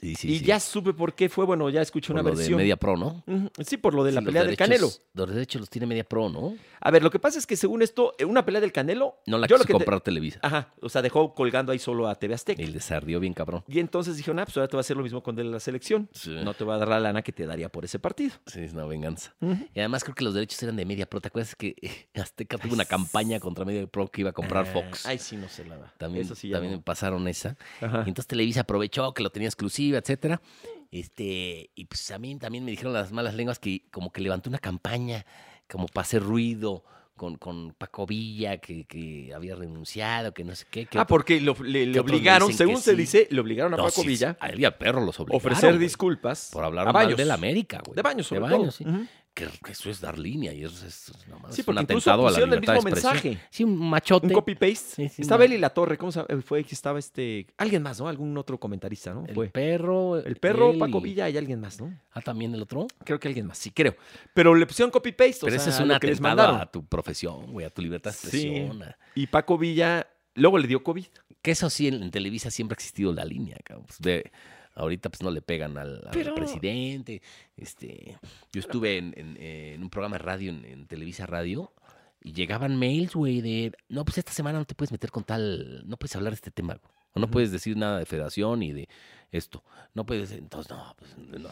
Speaker 2: Sí, sí,
Speaker 1: y
Speaker 2: sí.
Speaker 1: ya supe por qué fue, bueno, ya escuché
Speaker 2: Por
Speaker 1: una
Speaker 2: lo
Speaker 1: versión.
Speaker 2: de Media Pro, ¿no?
Speaker 1: Ujú, Sí, por lo de la
Speaker 2: Sí, los
Speaker 1: pelea del
Speaker 2: derechos-
Speaker 1: Canelo.
Speaker 2: Los derechos los tiene Media Pro, ¿no?
Speaker 1: A ver, lo que pasa es que según esto, eh, una pelea del Canelo...
Speaker 2: No la
Speaker 1: yo
Speaker 2: quiso
Speaker 1: lo que te-
Speaker 2: comprar Televisa.
Speaker 1: Ajá, o sea, dejó colgando ahí solo a TV Azteca.
Speaker 2: Y les ardió bien cabrón.
Speaker 1: Y entonces dijeron, ah, pues ahora te va a hacer lo mismo con de la selección.
Speaker 2: Sí.
Speaker 1: No te va a dar la lana que te daría por ese partido.
Speaker 2: Sí, es una venganza. Y además creo que los derechos eran de Media Pro. ¿Te acuerdas que eh, Azteca tuvo una campaña contra Media Pro que iba a comprar Fox?
Speaker 1: Ah, Ay, sí, no se la da.
Speaker 2: También,
Speaker 1: Eso sí ya
Speaker 2: también
Speaker 1: no. Ah,
Speaker 2: pasaron esa.
Speaker 1: Ajá.
Speaker 2: Y entonces Televisa aprovechó que lo tenía exclusiva, etcétera. Este, y pues a mí también me dijeron las malas lenguas que como que levantó una campaña, como para hacer ruido con, con Paco Villa, que, que había renunciado, que no sé qué. que
Speaker 1: Ah,
Speaker 2: otro-
Speaker 1: porque lo- le, le
Speaker 2: que otros le
Speaker 1: obligaron,
Speaker 2: dicen
Speaker 1: según
Speaker 2: que
Speaker 1: se
Speaker 2: sí.
Speaker 1: dice, le obligaron a
Speaker 2: No,
Speaker 1: Paco
Speaker 2: sí,
Speaker 1: Villa
Speaker 2: sí, A él y a Perro los
Speaker 1: a
Speaker 2: obligaron.
Speaker 1: ofrecer
Speaker 2: güey,
Speaker 1: disculpas
Speaker 2: Por hablar
Speaker 1: a
Speaker 2: mal
Speaker 1: Baños.
Speaker 2: de la América, güey.
Speaker 1: De baños, sobre
Speaker 2: Baños,
Speaker 1: todo.
Speaker 2: sí.
Speaker 1: Ujú.
Speaker 2: que eso es dar línea y eso es, es, nomás
Speaker 1: Sí,
Speaker 2: es un
Speaker 1: porque incluso
Speaker 2: atentado a la
Speaker 1: pusieron el
Speaker 2: libertad de
Speaker 1: mismo
Speaker 2: expresión.
Speaker 1: mensaje.
Speaker 2: Sí, un machote.
Speaker 1: Un copy-paste.
Speaker 2: Sí, sí,
Speaker 1: estaba
Speaker 2: no.
Speaker 1: él y la torre. ¿Cómo se- fue? que Estaba este. Alguien más, ¿no? Algún otro comentarista, ¿no?
Speaker 2: el
Speaker 1: Fue.
Speaker 2: perro.
Speaker 1: El perro,
Speaker 2: él
Speaker 1: Paco
Speaker 2: y-
Speaker 1: Villa y alguien más, ¿no?
Speaker 2: Ah, también el otro.
Speaker 1: Creo que alguien más, sí, creo. Pero le pusieron copy-paste. o
Speaker 2: Pero ese
Speaker 1: sea,
Speaker 2: es un
Speaker 1: lo que les
Speaker 2: atentado
Speaker 1: mandaron.
Speaker 2: a tu profesión, güey, a tu libertad de
Speaker 1: Sí.
Speaker 2: expresión. a-
Speaker 1: Y Paco Villa luego le dio COVID.
Speaker 2: Que eso sí, en, en Televisa siempre ha existido la línea, cabrón. Pues de- ahorita pues no le pegan al, al
Speaker 1: Pero-
Speaker 2: presidente. Este, yo estuve en, en- eh, en un programa de radio, en, en Televisa Radio, y llegaban mails, güey, de, no, pues esta semana no te puedes meter con tal, no puedes hablar de este tema, güey. O no
Speaker 1: Ujú.
Speaker 2: puedes decir nada de federación y de esto. No puedes, entonces, no, pues, no.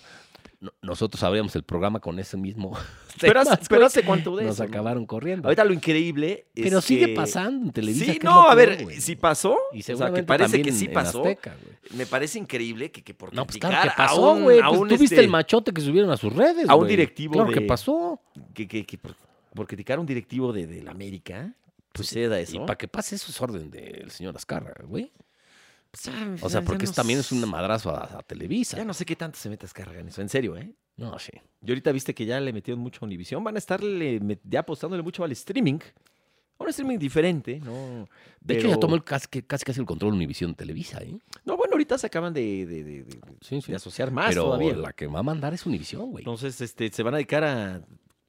Speaker 2: No- nosotros abríamos el programa con ese mismo
Speaker 1: Pero hace,
Speaker 2: temas,
Speaker 1: pero
Speaker 2: güey.
Speaker 1: hace cuánto de
Speaker 2: Nos
Speaker 1: eso. ¿no?
Speaker 2: acabaron corriendo.
Speaker 1: Ahorita lo increíble es
Speaker 2: pero sigue
Speaker 1: que-
Speaker 2: pasando en Televisa.
Speaker 1: Sí,
Speaker 2: que es
Speaker 1: no,
Speaker 2: lo
Speaker 1: a ver,
Speaker 2: peor, güey.
Speaker 1: si pasó. o sea,
Speaker 2: Y
Speaker 1: que
Speaker 2: seguramente
Speaker 1: parece
Speaker 2: también
Speaker 1: que sí
Speaker 2: en- en
Speaker 1: pasó.
Speaker 2: Azteca, güey.
Speaker 1: me parece increíble que, que por
Speaker 2: No, pues
Speaker 1: criticar
Speaker 2: claro que
Speaker 1: a
Speaker 2: pasó,
Speaker 1: un,
Speaker 2: güey.
Speaker 1: a
Speaker 2: Pues
Speaker 1: un,
Speaker 2: tú viste
Speaker 1: este,
Speaker 2: el machote que subieron a sus redes,
Speaker 1: a un
Speaker 2: güey.
Speaker 1: directivo
Speaker 2: Claro
Speaker 1: de-
Speaker 2: que pasó.
Speaker 1: que, que- que por, por criticar a un directivo de, de la América
Speaker 2: Pues
Speaker 1: suceda
Speaker 2: Y
Speaker 1: eso.
Speaker 2: para que pase eso es orden del señor Azcárraga, güey.
Speaker 1: Pues, ah,
Speaker 2: O sea,
Speaker 1: ya no
Speaker 2: porque eso también es
Speaker 1: sé.
Speaker 2: un madrazo a, a
Speaker 1: Ya
Speaker 2: Televisa.
Speaker 1: no sé qué tanto se mete Azcárraga en eso, en serio, ¿eh?
Speaker 2: No, sí.
Speaker 1: Y ahorita viste que ya le metieron mucho a Univisión. Van a estarle met- ya apostándole mucho al streaming. A un streaming diferente, ¿no?
Speaker 2: De hecho,
Speaker 1: Pero-
Speaker 2: ya tomó el casi, que- casi casi el control de Univisión Televisa, ¿eh?
Speaker 1: No, bueno, ahorita se acaban de, de- de- de-
Speaker 2: Sí,
Speaker 1: de asociar más
Speaker 2: Pero
Speaker 1: todavía.
Speaker 2: la que va a mandar es Univisión, güey.
Speaker 1: Entonces, este, se van a dedicar a.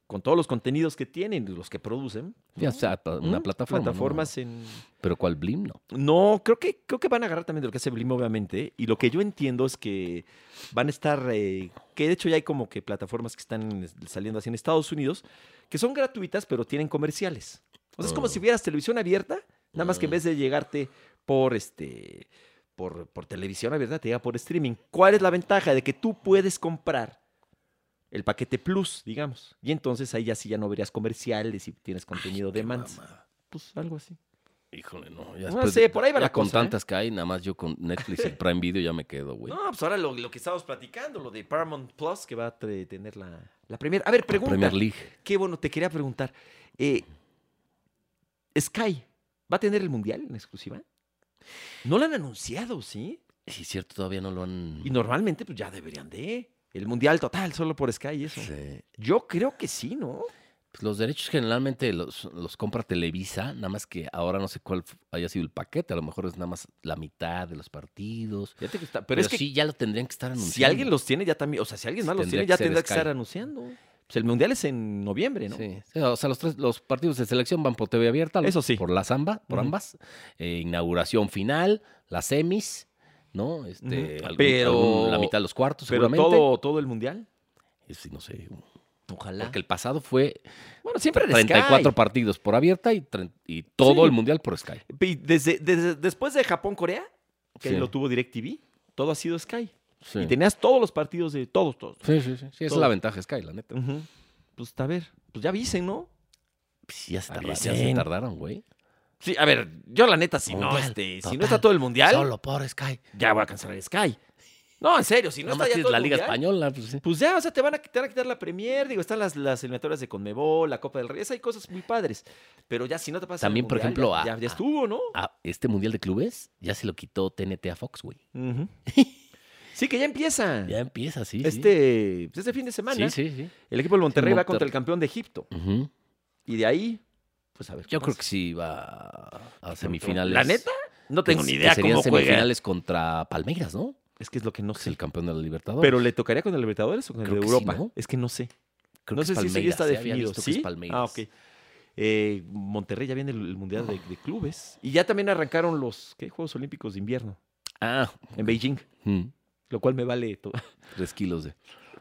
Speaker 1: Con todos los contenidos que tienen, los que producen.
Speaker 2: Ya sea pa- una
Speaker 1: ¿Mm?
Speaker 2: plataforma. ¿no?
Speaker 1: Plataformas en.
Speaker 2: Pero ¿cuál Blim? No.
Speaker 1: No, creo que, creo que van a agarrar también de lo que hace Blim, obviamente. Y lo que yo entiendo es que van a estar. eh, que de hecho ya hay como que plataformas que están es- saliendo así en Estados Unidos, que son gratuitas, pero tienen comerciales. O sea, es como
Speaker 2: Mm.
Speaker 1: si vieras televisión abierta, nada más que en
Speaker 2: Mm.
Speaker 1: vez de llegarte por este. Por, por televisión abierta, te llega por streaming. ¿Cuál es la ventaja? De que tú puedes comprar el paquete plus, digamos. Y entonces ahí ya sí ya no verías comerciales y tienes contenido de
Speaker 2: más.
Speaker 1: mans. Pues algo así.
Speaker 2: Híjole, no. Ya
Speaker 1: No
Speaker 2: después-
Speaker 1: sé, por ahí va
Speaker 2: ya
Speaker 1: la
Speaker 2: con
Speaker 1: cosa, ¿eh?
Speaker 2: tantas que hay, nada más yo con Netflix y Prime Video ya me quedo, güey.
Speaker 1: No, pues ahora lo, lo que estábamos platicando, lo de Paramount Plus, que va a tre- tener la, la primera. A ver, pregunta.
Speaker 2: Premier League.
Speaker 1: Qué bueno, te quería preguntar. Eh, Sky, ¿va a tener el Mundial en exclusiva? No lo han anunciado, ¿sí?
Speaker 2: Sí, es cierto, todavía no lo han.
Speaker 1: Y normalmente, pues ya deberían de. El Mundial total, solo por Sky y eso.
Speaker 2: Sí.
Speaker 1: Yo creo que sí, ¿no?
Speaker 2: Pues los derechos generalmente los, los compra Televisa, nada más que ahora no sé cuál fu- haya sido el paquete, a lo mejor es nada más la mitad de los partidos.
Speaker 1: Fíjate que está- pero,
Speaker 2: Pero,
Speaker 1: es que
Speaker 2: sí, ya lo tendrían que estar anunciando.
Speaker 1: si alguien los tiene, ya también. O sea, si alguien más los
Speaker 2: Tendría
Speaker 1: tiene,
Speaker 2: que
Speaker 1: ya
Speaker 2: ser
Speaker 1: tendrá que
Speaker 2: Sky.
Speaker 1: estar anunciando. Pues el Mundial es en noviembre, ¿no?
Speaker 2: Sí, sí, o sea, los, tres, los partidos de selección van por TV abierta. los-
Speaker 1: Eso sí.
Speaker 2: Por las ambas, por
Speaker 1: Ujú.
Speaker 2: ambas. Eh, inauguración final, las semis, ¿no? Este,
Speaker 1: Ujú.
Speaker 2: algún-
Speaker 1: Pero-
Speaker 2: algún- la mitad de los cuartos,
Speaker 1: Pero
Speaker 2: seguramente.
Speaker 1: todo, todo el Mundial.
Speaker 2: Eso sí, no sé.
Speaker 1: Ojalá.
Speaker 2: Porque el pasado fue
Speaker 1: bueno, siempre en Sky.
Speaker 2: 34 partidos por abierta y, tre- y todo
Speaker 1: Sí.
Speaker 2: el mundial por Sky.
Speaker 1: Y desde, desde- después de Japón, Corea, que
Speaker 2: Sí.
Speaker 1: lo tuvo DirecTV, todo ha sido Sky.
Speaker 2: Sí.
Speaker 1: Y tenías todos los partidos de todos, todos.
Speaker 2: Sí, sí, sí. Sí, esa es
Speaker 1: Todo.
Speaker 2: la ventaja, de Sky, la neta.
Speaker 1: Ujú. Pues a ver, pues ya avisen, ¿no?
Speaker 2: Pues ya se tardaron,
Speaker 1: Avisen.
Speaker 2: ya se tardaron, güey.
Speaker 1: Sí, a ver, yo la neta, si no,
Speaker 2: Mundial,
Speaker 1: este, si
Speaker 2: total,
Speaker 1: no está todo el mundial,
Speaker 2: Solo por Sky.
Speaker 1: ya voy a cancelar Sky. No, en serio, si no
Speaker 2: Nada más
Speaker 1: está ya
Speaker 2: tienes
Speaker 1: todo
Speaker 2: la
Speaker 1: el
Speaker 2: Liga
Speaker 1: mundial,
Speaker 2: Española. Pues, sí.
Speaker 1: Pues ya, o sea, te van a quitar, a quitar la Premier, digo, están las, las eliminatorias de Conmebol, la Copa del Rey, esas hay cosas muy padres. Pero ya si no te pasa el
Speaker 2: También, por
Speaker 1: Mundial,
Speaker 2: ejemplo,
Speaker 1: ya-
Speaker 2: a-
Speaker 1: ya, ya
Speaker 2: a-
Speaker 1: estuvo, ¿no?
Speaker 2: Ah, este mundial de clubes ya se lo quitó TNT a Fox, güey.
Speaker 1: Ujú. Sí, que ya empieza.
Speaker 2: Ya empieza, sí. sí.
Speaker 1: este, pues, este fin de semana.
Speaker 2: Sí, sí, sí.
Speaker 1: El equipo del Monterrey va
Speaker 2: Monter-
Speaker 1: contra el campeón de Egipto.
Speaker 2: Ujú.
Speaker 1: Y de ahí, pues a ver.
Speaker 2: Yo creo que sí va a semifinales.
Speaker 1: ¿La neta? No tengo ni
Speaker 2: Que- que
Speaker 1: idea
Speaker 2: serían
Speaker 1: cómo ¿eh? juega.
Speaker 2: semifinales contra Palmeiras, ¿no?
Speaker 1: Es que es lo que no
Speaker 2: Es el
Speaker 1: sé.
Speaker 2: campeón de la Libertadores.
Speaker 1: Pero le tocaría con el Libertadores o con el de
Speaker 2: Creo que sí,
Speaker 1: Europa.
Speaker 2: ¿no?
Speaker 1: Es que no sé.
Speaker 2: Creo
Speaker 1: no
Speaker 2: que
Speaker 1: sé
Speaker 2: es
Speaker 1: si eso ya
Speaker 2: Palmeiras,
Speaker 1: está
Speaker 2: sí, había
Speaker 1: definido.
Speaker 2: visto que
Speaker 1: ¿Sí?
Speaker 2: es Palmeiras.
Speaker 1: Ah, ok. Eh, Monterrey ya viene el, el Mundial de, de Clubes. Y ya también arrancaron los ¿qué? Juegos Olímpicos de Invierno
Speaker 2: Ah,
Speaker 1: en Beijing.
Speaker 2: mm,
Speaker 1: Lo cual me vale todo.
Speaker 2: tres kilos de.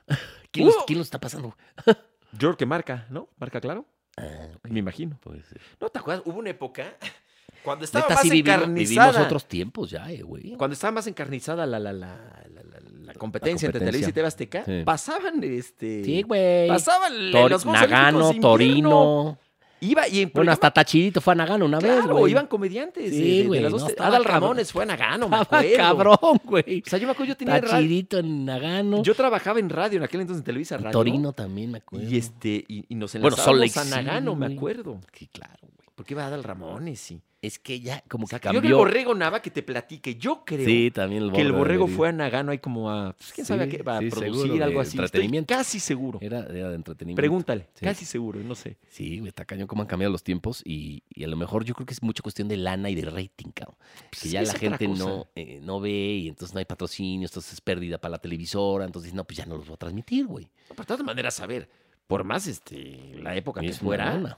Speaker 2: ¿Quién, los-
Speaker 1: Uh.
Speaker 2: quién los está pasando?
Speaker 1: Yo creo que marca, ¿no? Marca claro.
Speaker 2: Ah, ok,
Speaker 1: Me imagino.
Speaker 2: puede ser.
Speaker 1: ¿No te acuerdas? Hubo una época cuando estaba
Speaker 2: Neta,
Speaker 1: más
Speaker 2: sí vivimos,
Speaker 1: encarnizada.
Speaker 2: vivimos otros tiempos ya, eh, güey.
Speaker 1: cuando estaba más encarnizada la, la, la, la, la- la competencia entre
Speaker 2: competencia.
Speaker 1: Televisa y TV Azteca,
Speaker 2: Sí.
Speaker 1: pasaban este.
Speaker 2: Sí, güey.
Speaker 1: Pasaban el-
Speaker 2: Tori-
Speaker 1: los Juegos Olímpicos
Speaker 2: Nagano,
Speaker 1: de invierno.
Speaker 2: Torino.
Speaker 1: Iba y en
Speaker 2: Bueno, hasta Tachirito fue a Nagano una vez,
Speaker 1: Claro,
Speaker 2: güey.
Speaker 1: iban comediantes.
Speaker 2: Sí,
Speaker 1: de- de- de
Speaker 2: güey,
Speaker 1: las dos-
Speaker 2: no, estaba
Speaker 1: Adal
Speaker 2: cabrón.
Speaker 1: Ramones fue a Nagano, me
Speaker 2: Estaba
Speaker 1: acuerdo.
Speaker 2: cabrón, güey.
Speaker 1: O sea, yo me acuerdo, yo tenía radio.
Speaker 2: Tachirito en Nagano.
Speaker 1: Yo trabajaba en radio en aquel entonces en Televisa
Speaker 2: Y
Speaker 1: Radio.
Speaker 2: Torino también, me acuerdo.
Speaker 1: Y este, y, y nos
Speaker 2: Bueno, Salt
Speaker 1: enlazábamos
Speaker 2: Lake
Speaker 1: a Nagano,
Speaker 2: City,
Speaker 1: me
Speaker 2: güey.
Speaker 1: acuerdo.
Speaker 2: Sí, claro, güey.
Speaker 1: Porque iba Adal Ramones, sí.
Speaker 2: Es que ya como que
Speaker 1: Yo creo
Speaker 2: cambió.
Speaker 1: que el borrego Nava que te platique. Yo creo
Speaker 2: sí, también el
Speaker 1: que el borrego
Speaker 2: Neri.
Speaker 1: fue a Nagano ahí como a. pues, ¿Quién sabe a
Speaker 2: Sí,
Speaker 1: qué? A
Speaker 2: sí,
Speaker 1: producir
Speaker 2: seguro,
Speaker 1: algo
Speaker 2: de
Speaker 1: así. Estoy
Speaker 2: entretenimiento.
Speaker 1: casi seguro.
Speaker 2: Era, era de entretenimiento.
Speaker 1: Pregúntale.
Speaker 2: Sí.
Speaker 1: Casi seguro, no sé.
Speaker 2: Sí, güey, está cañón cómo han cambiado los tiempos y, y a lo mejor yo creo que es mucha cuestión de lana y de rating, cabrón.
Speaker 1: Pues
Speaker 2: que
Speaker 1: es
Speaker 2: ya
Speaker 1: que
Speaker 2: la
Speaker 1: es otra
Speaker 2: gente
Speaker 1: cosa.
Speaker 2: no, eh, no ve y entonces no hay patrocinio, entonces es pérdida para la televisora, entonces no, pues ya no los voy a transmitir, güey.
Speaker 1: No, pero de todas maneras, a ver, por más este, la época
Speaker 2: Y
Speaker 1: que
Speaker 2: es una
Speaker 1: fuera,
Speaker 2: lana.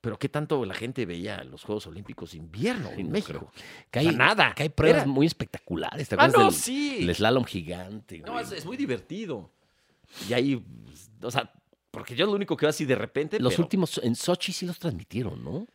Speaker 1: pero qué tanto la gente veía los Juegos Olímpicos de invierno
Speaker 2: Sí,
Speaker 1: en
Speaker 2: no
Speaker 1: México.
Speaker 2: Que
Speaker 1: O
Speaker 2: hay,
Speaker 1: sea, nada.
Speaker 2: que hay pruebas
Speaker 1: Era-
Speaker 2: muy espectaculares. ¿Te
Speaker 1: Ah,
Speaker 2: acuerdas
Speaker 1: no,
Speaker 2: del
Speaker 1: sí.
Speaker 2: el slalom gigante?
Speaker 1: No,
Speaker 2: güey?
Speaker 1: es, es muy divertido. Y ahí, pues, o sea, porque yo lo único que veo así de repente.
Speaker 2: los
Speaker 1: pero-
Speaker 2: últimos en Sochi sí los transmitieron, ¿no?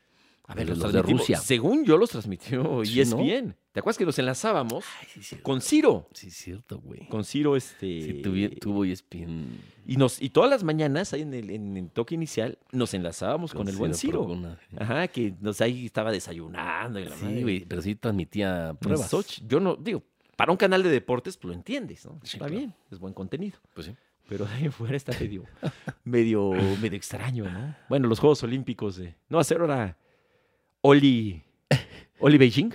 Speaker 1: A ver,
Speaker 2: los,
Speaker 1: los,
Speaker 2: los de
Speaker 1: transmitimos-
Speaker 2: Rusia.
Speaker 1: Según yo los transmitió
Speaker 2: Sí,
Speaker 1: y es
Speaker 2: ¿no?
Speaker 1: bien. ¿Te acuerdas que los enlazábamos
Speaker 2: Ay, sí, cierto.
Speaker 1: con Ciro?
Speaker 2: Sí, cierto, güey.
Speaker 1: Con Ciro, este.
Speaker 2: Sí, tuvi- tuvo ESPN.
Speaker 1: y, nos, y todas las mañanas ahí en el, en el toque inicial nos enlazábamos pues, con, el buen Ciro.
Speaker 2: Procuna.
Speaker 1: Ajá, que nos ahí estaba desayunando y la
Speaker 2: Sí,
Speaker 1: madre.
Speaker 2: güey, pero sí transmitía
Speaker 1: En
Speaker 2: pruebas.
Speaker 1: Sochi. Yo no, digo, para un canal de deportes pues, lo entiendes, ¿no?
Speaker 2: Sí,
Speaker 1: Está
Speaker 2: claro.
Speaker 1: bien, es buen contenido.
Speaker 2: Pues sí.
Speaker 1: Pero de ahí en fuera está medio, medio, medio extraño, ¿no? Bueno, los Juegos Olímpicos de. No, hacer ahora. Oli. Oli Beijing.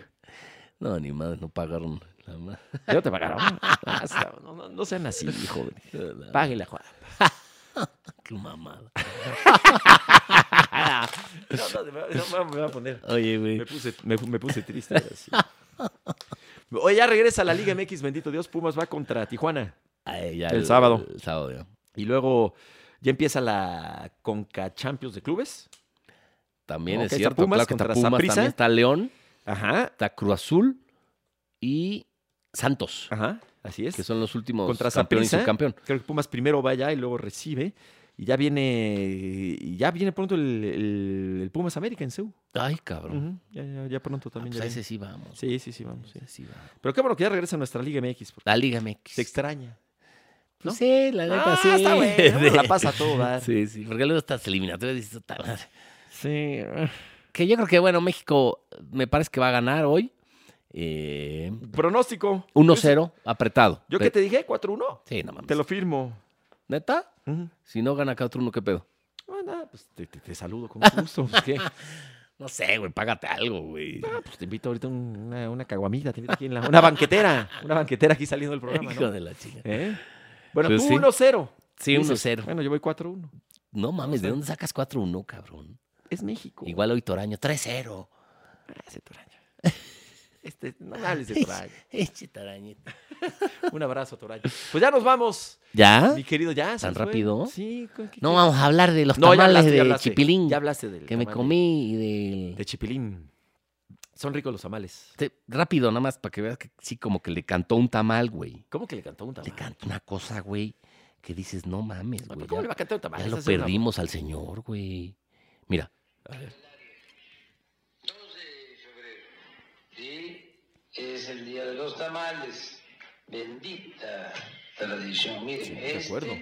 Speaker 2: No, ni madre, no pagaron la ma-
Speaker 1: Ya no te pagaron. Basta, no, no, no sean así, jóvenes.
Speaker 2: la-
Speaker 1: Páguenle a Juan.
Speaker 2: Ah, Qué mamada.
Speaker 1: Ah, No, no, de verdad, no, me voy a poner.
Speaker 2: Oye, güey.
Speaker 1: Me puse, me, me puse triste. ahora sí. Oye, ya regresa la Liga MX, bendito Dios. Pumas va contra Tijuana.
Speaker 2: Ay, ya
Speaker 1: El sábado.
Speaker 2: El sábado, ya.
Speaker 1: Y luego ya empieza la Conca Champions de clubes.
Speaker 2: También
Speaker 1: No,
Speaker 2: es
Speaker 1: que está
Speaker 2: cierto.
Speaker 1: Pumas
Speaker 2: claro que está
Speaker 1: contra
Speaker 2: Pumas,
Speaker 1: Saprissa.
Speaker 2: también está León,
Speaker 1: Ajá,
Speaker 2: está Cruz Azul y Santos,
Speaker 1: ajá, así es.
Speaker 2: que son los últimos
Speaker 1: Contra
Speaker 2: campeón y
Speaker 1: Saprissa.
Speaker 2: subcampeón.
Speaker 1: Creo que Pumas primero va allá y luego recibe. Y ya viene, y ya viene pronto el, el- el Pumas América en Seúl.
Speaker 2: Ay, cabrón.
Speaker 1: Ujú, ya, ya- ya pronto
Speaker 2: Ah,
Speaker 1: también.
Speaker 2: pues
Speaker 1: ya
Speaker 2: a
Speaker 1: viene.
Speaker 2: ese sí vamos.
Speaker 1: Sí, sí, sí, vamos. sí.
Speaker 2: Ese sí vamos.
Speaker 1: Pero qué bueno que ya regresa a nuestra Liga MX. Porque
Speaker 2: La Liga MX.
Speaker 1: se extraña. ¿no?
Speaker 2: Sí, la neta,
Speaker 1: Ah,
Speaker 2: sí.
Speaker 1: está bueno,
Speaker 2: Sí.
Speaker 1: la pasa a todo dar.
Speaker 2: Sí, sí. Porque luego estas eliminatorias dices, "Puta madre".
Speaker 1: Sí.
Speaker 2: Que yo creo que, bueno, México me parece que va a ganar hoy. Eh,
Speaker 1: Pronóstico.
Speaker 2: 1-0, apretado.
Speaker 1: Yo que te dije, 4-1.
Speaker 2: Sí, no mames.
Speaker 1: Te lo firmo.
Speaker 2: ¿Neta?
Speaker 1: Ujú.
Speaker 2: Si no gana cada uno, ¿qué pedo?
Speaker 1: Ah, nada, pues te, te- te saludo con gusto. pues, ¿qué?
Speaker 2: No sé, güey, págate algo, güey.
Speaker 1: Ah, pues te invito ahorita a un- una, una caguamita, te invito aquí en la, una banquetera, una banquetera aquí saliendo del programa,
Speaker 2: Hijo
Speaker 1: ¿no?
Speaker 2: de la chica.
Speaker 1: ¿Eh? Bueno,
Speaker 2: Pues
Speaker 1: tú
Speaker 2: sí.
Speaker 1: 1-0.
Speaker 2: Sí,
Speaker 1: Dices, eh,
Speaker 2: 1-0.
Speaker 1: Bueno, yo voy 4-1.
Speaker 2: No mames, ¿de dónde sacas 4-1, cabrón?
Speaker 1: Es México.
Speaker 2: Igual hoy Toraño, 3-0.
Speaker 1: Ah, ese Toraño. Este, no me hables de Toraño.
Speaker 2: Eche Torañito.
Speaker 1: Un abrazo, Toraño. Pues ya nos vamos,
Speaker 2: ¿Ya?
Speaker 1: mi querido. ¿Ya? se
Speaker 2: ¿Ah? ¿Tan
Speaker 1: fue.
Speaker 2: rápido?
Speaker 1: Sí. ¿con qué-
Speaker 2: No
Speaker 1: qué-
Speaker 2: vamos a hablar de los
Speaker 1: No, ya
Speaker 2: tamales
Speaker 1: hablaste, ya
Speaker 2: de
Speaker 1: hablaste.
Speaker 2: Chipilín
Speaker 1: Ya hablaste del
Speaker 2: que me
Speaker 1: tamal de-
Speaker 2: comí y del...
Speaker 1: De Chipilín. Son ricos los tamales.
Speaker 2: Te- rápido, nada más, para que veas que sí, como que le cantó un tamal, güey.
Speaker 1: ¿Cómo que le cantó un tamal?
Speaker 2: Le canta una cosa, güey, que dices, no mames,
Speaker 1: Ah,
Speaker 2: güey.
Speaker 1: ¿pero ¿Cómo
Speaker 2: ya-
Speaker 1: le va a cantar un tamal?
Speaker 2: Ya lo
Speaker 1: Esa es una-
Speaker 2: perdimos al señor, güey. Mira,
Speaker 3: 2 de febrero. ¿sí? Es el día de los tamales. Bendita tradición. Miren,
Speaker 1: Sí, de
Speaker 3: este
Speaker 1: acuerdo.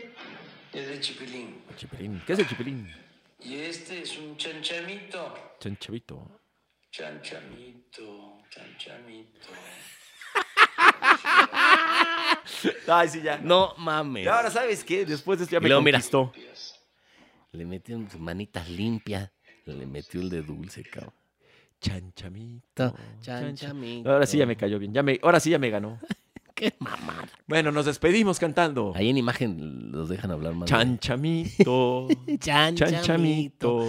Speaker 3: es de chipilín.
Speaker 1: Chipilín. ¿Qué es el chipilín?
Speaker 3: Y este es un chanchamito.
Speaker 1: Chanchavito.
Speaker 3: Chanchamito, chanchamito.
Speaker 1: Ay, sí, ya.
Speaker 2: no mames.
Speaker 1: Y ahora, ¿sabes qué? Después de esto ya
Speaker 2: Y
Speaker 1: me
Speaker 2: luego, mira.
Speaker 1: conquistó.
Speaker 2: Le metió sus manitas limpias. Le metió el de dulce, cabrón.
Speaker 1: Chanchamito. chancham-
Speaker 2: Chanchamito.
Speaker 1: Ahora sí ya me cayó bien. Ya me, ahora sí ya me ganó.
Speaker 2: Qué mamada.
Speaker 1: Bueno, nos despedimos cantando.
Speaker 2: Ahí en imagen los dejan hablar más.
Speaker 1: Chanchamito.
Speaker 2: güey. Chanchamito.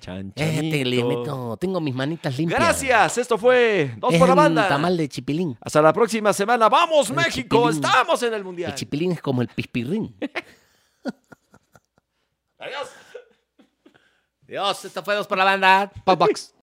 Speaker 1: Chanchamito.
Speaker 2: Fíjate, Eh, le
Speaker 1: Chanchamito.
Speaker 2: meto. Tengo mis manitas limpias.
Speaker 1: Gracias. Esto fue Dos
Speaker 2: Es
Speaker 1: por la
Speaker 2: un
Speaker 1: Banda.
Speaker 2: tamal de chipilín.
Speaker 1: Hasta la próxima semana. ¡Vamos,
Speaker 2: El
Speaker 1: México!
Speaker 2: chipilín.
Speaker 1: ¡Estamos en el
Speaker 2: El
Speaker 1: Mundial!
Speaker 2: chipilín es como el pispirrín.
Speaker 1: ¡Adiós!
Speaker 2: Dios, esto fue dos por la banda. Pop Box.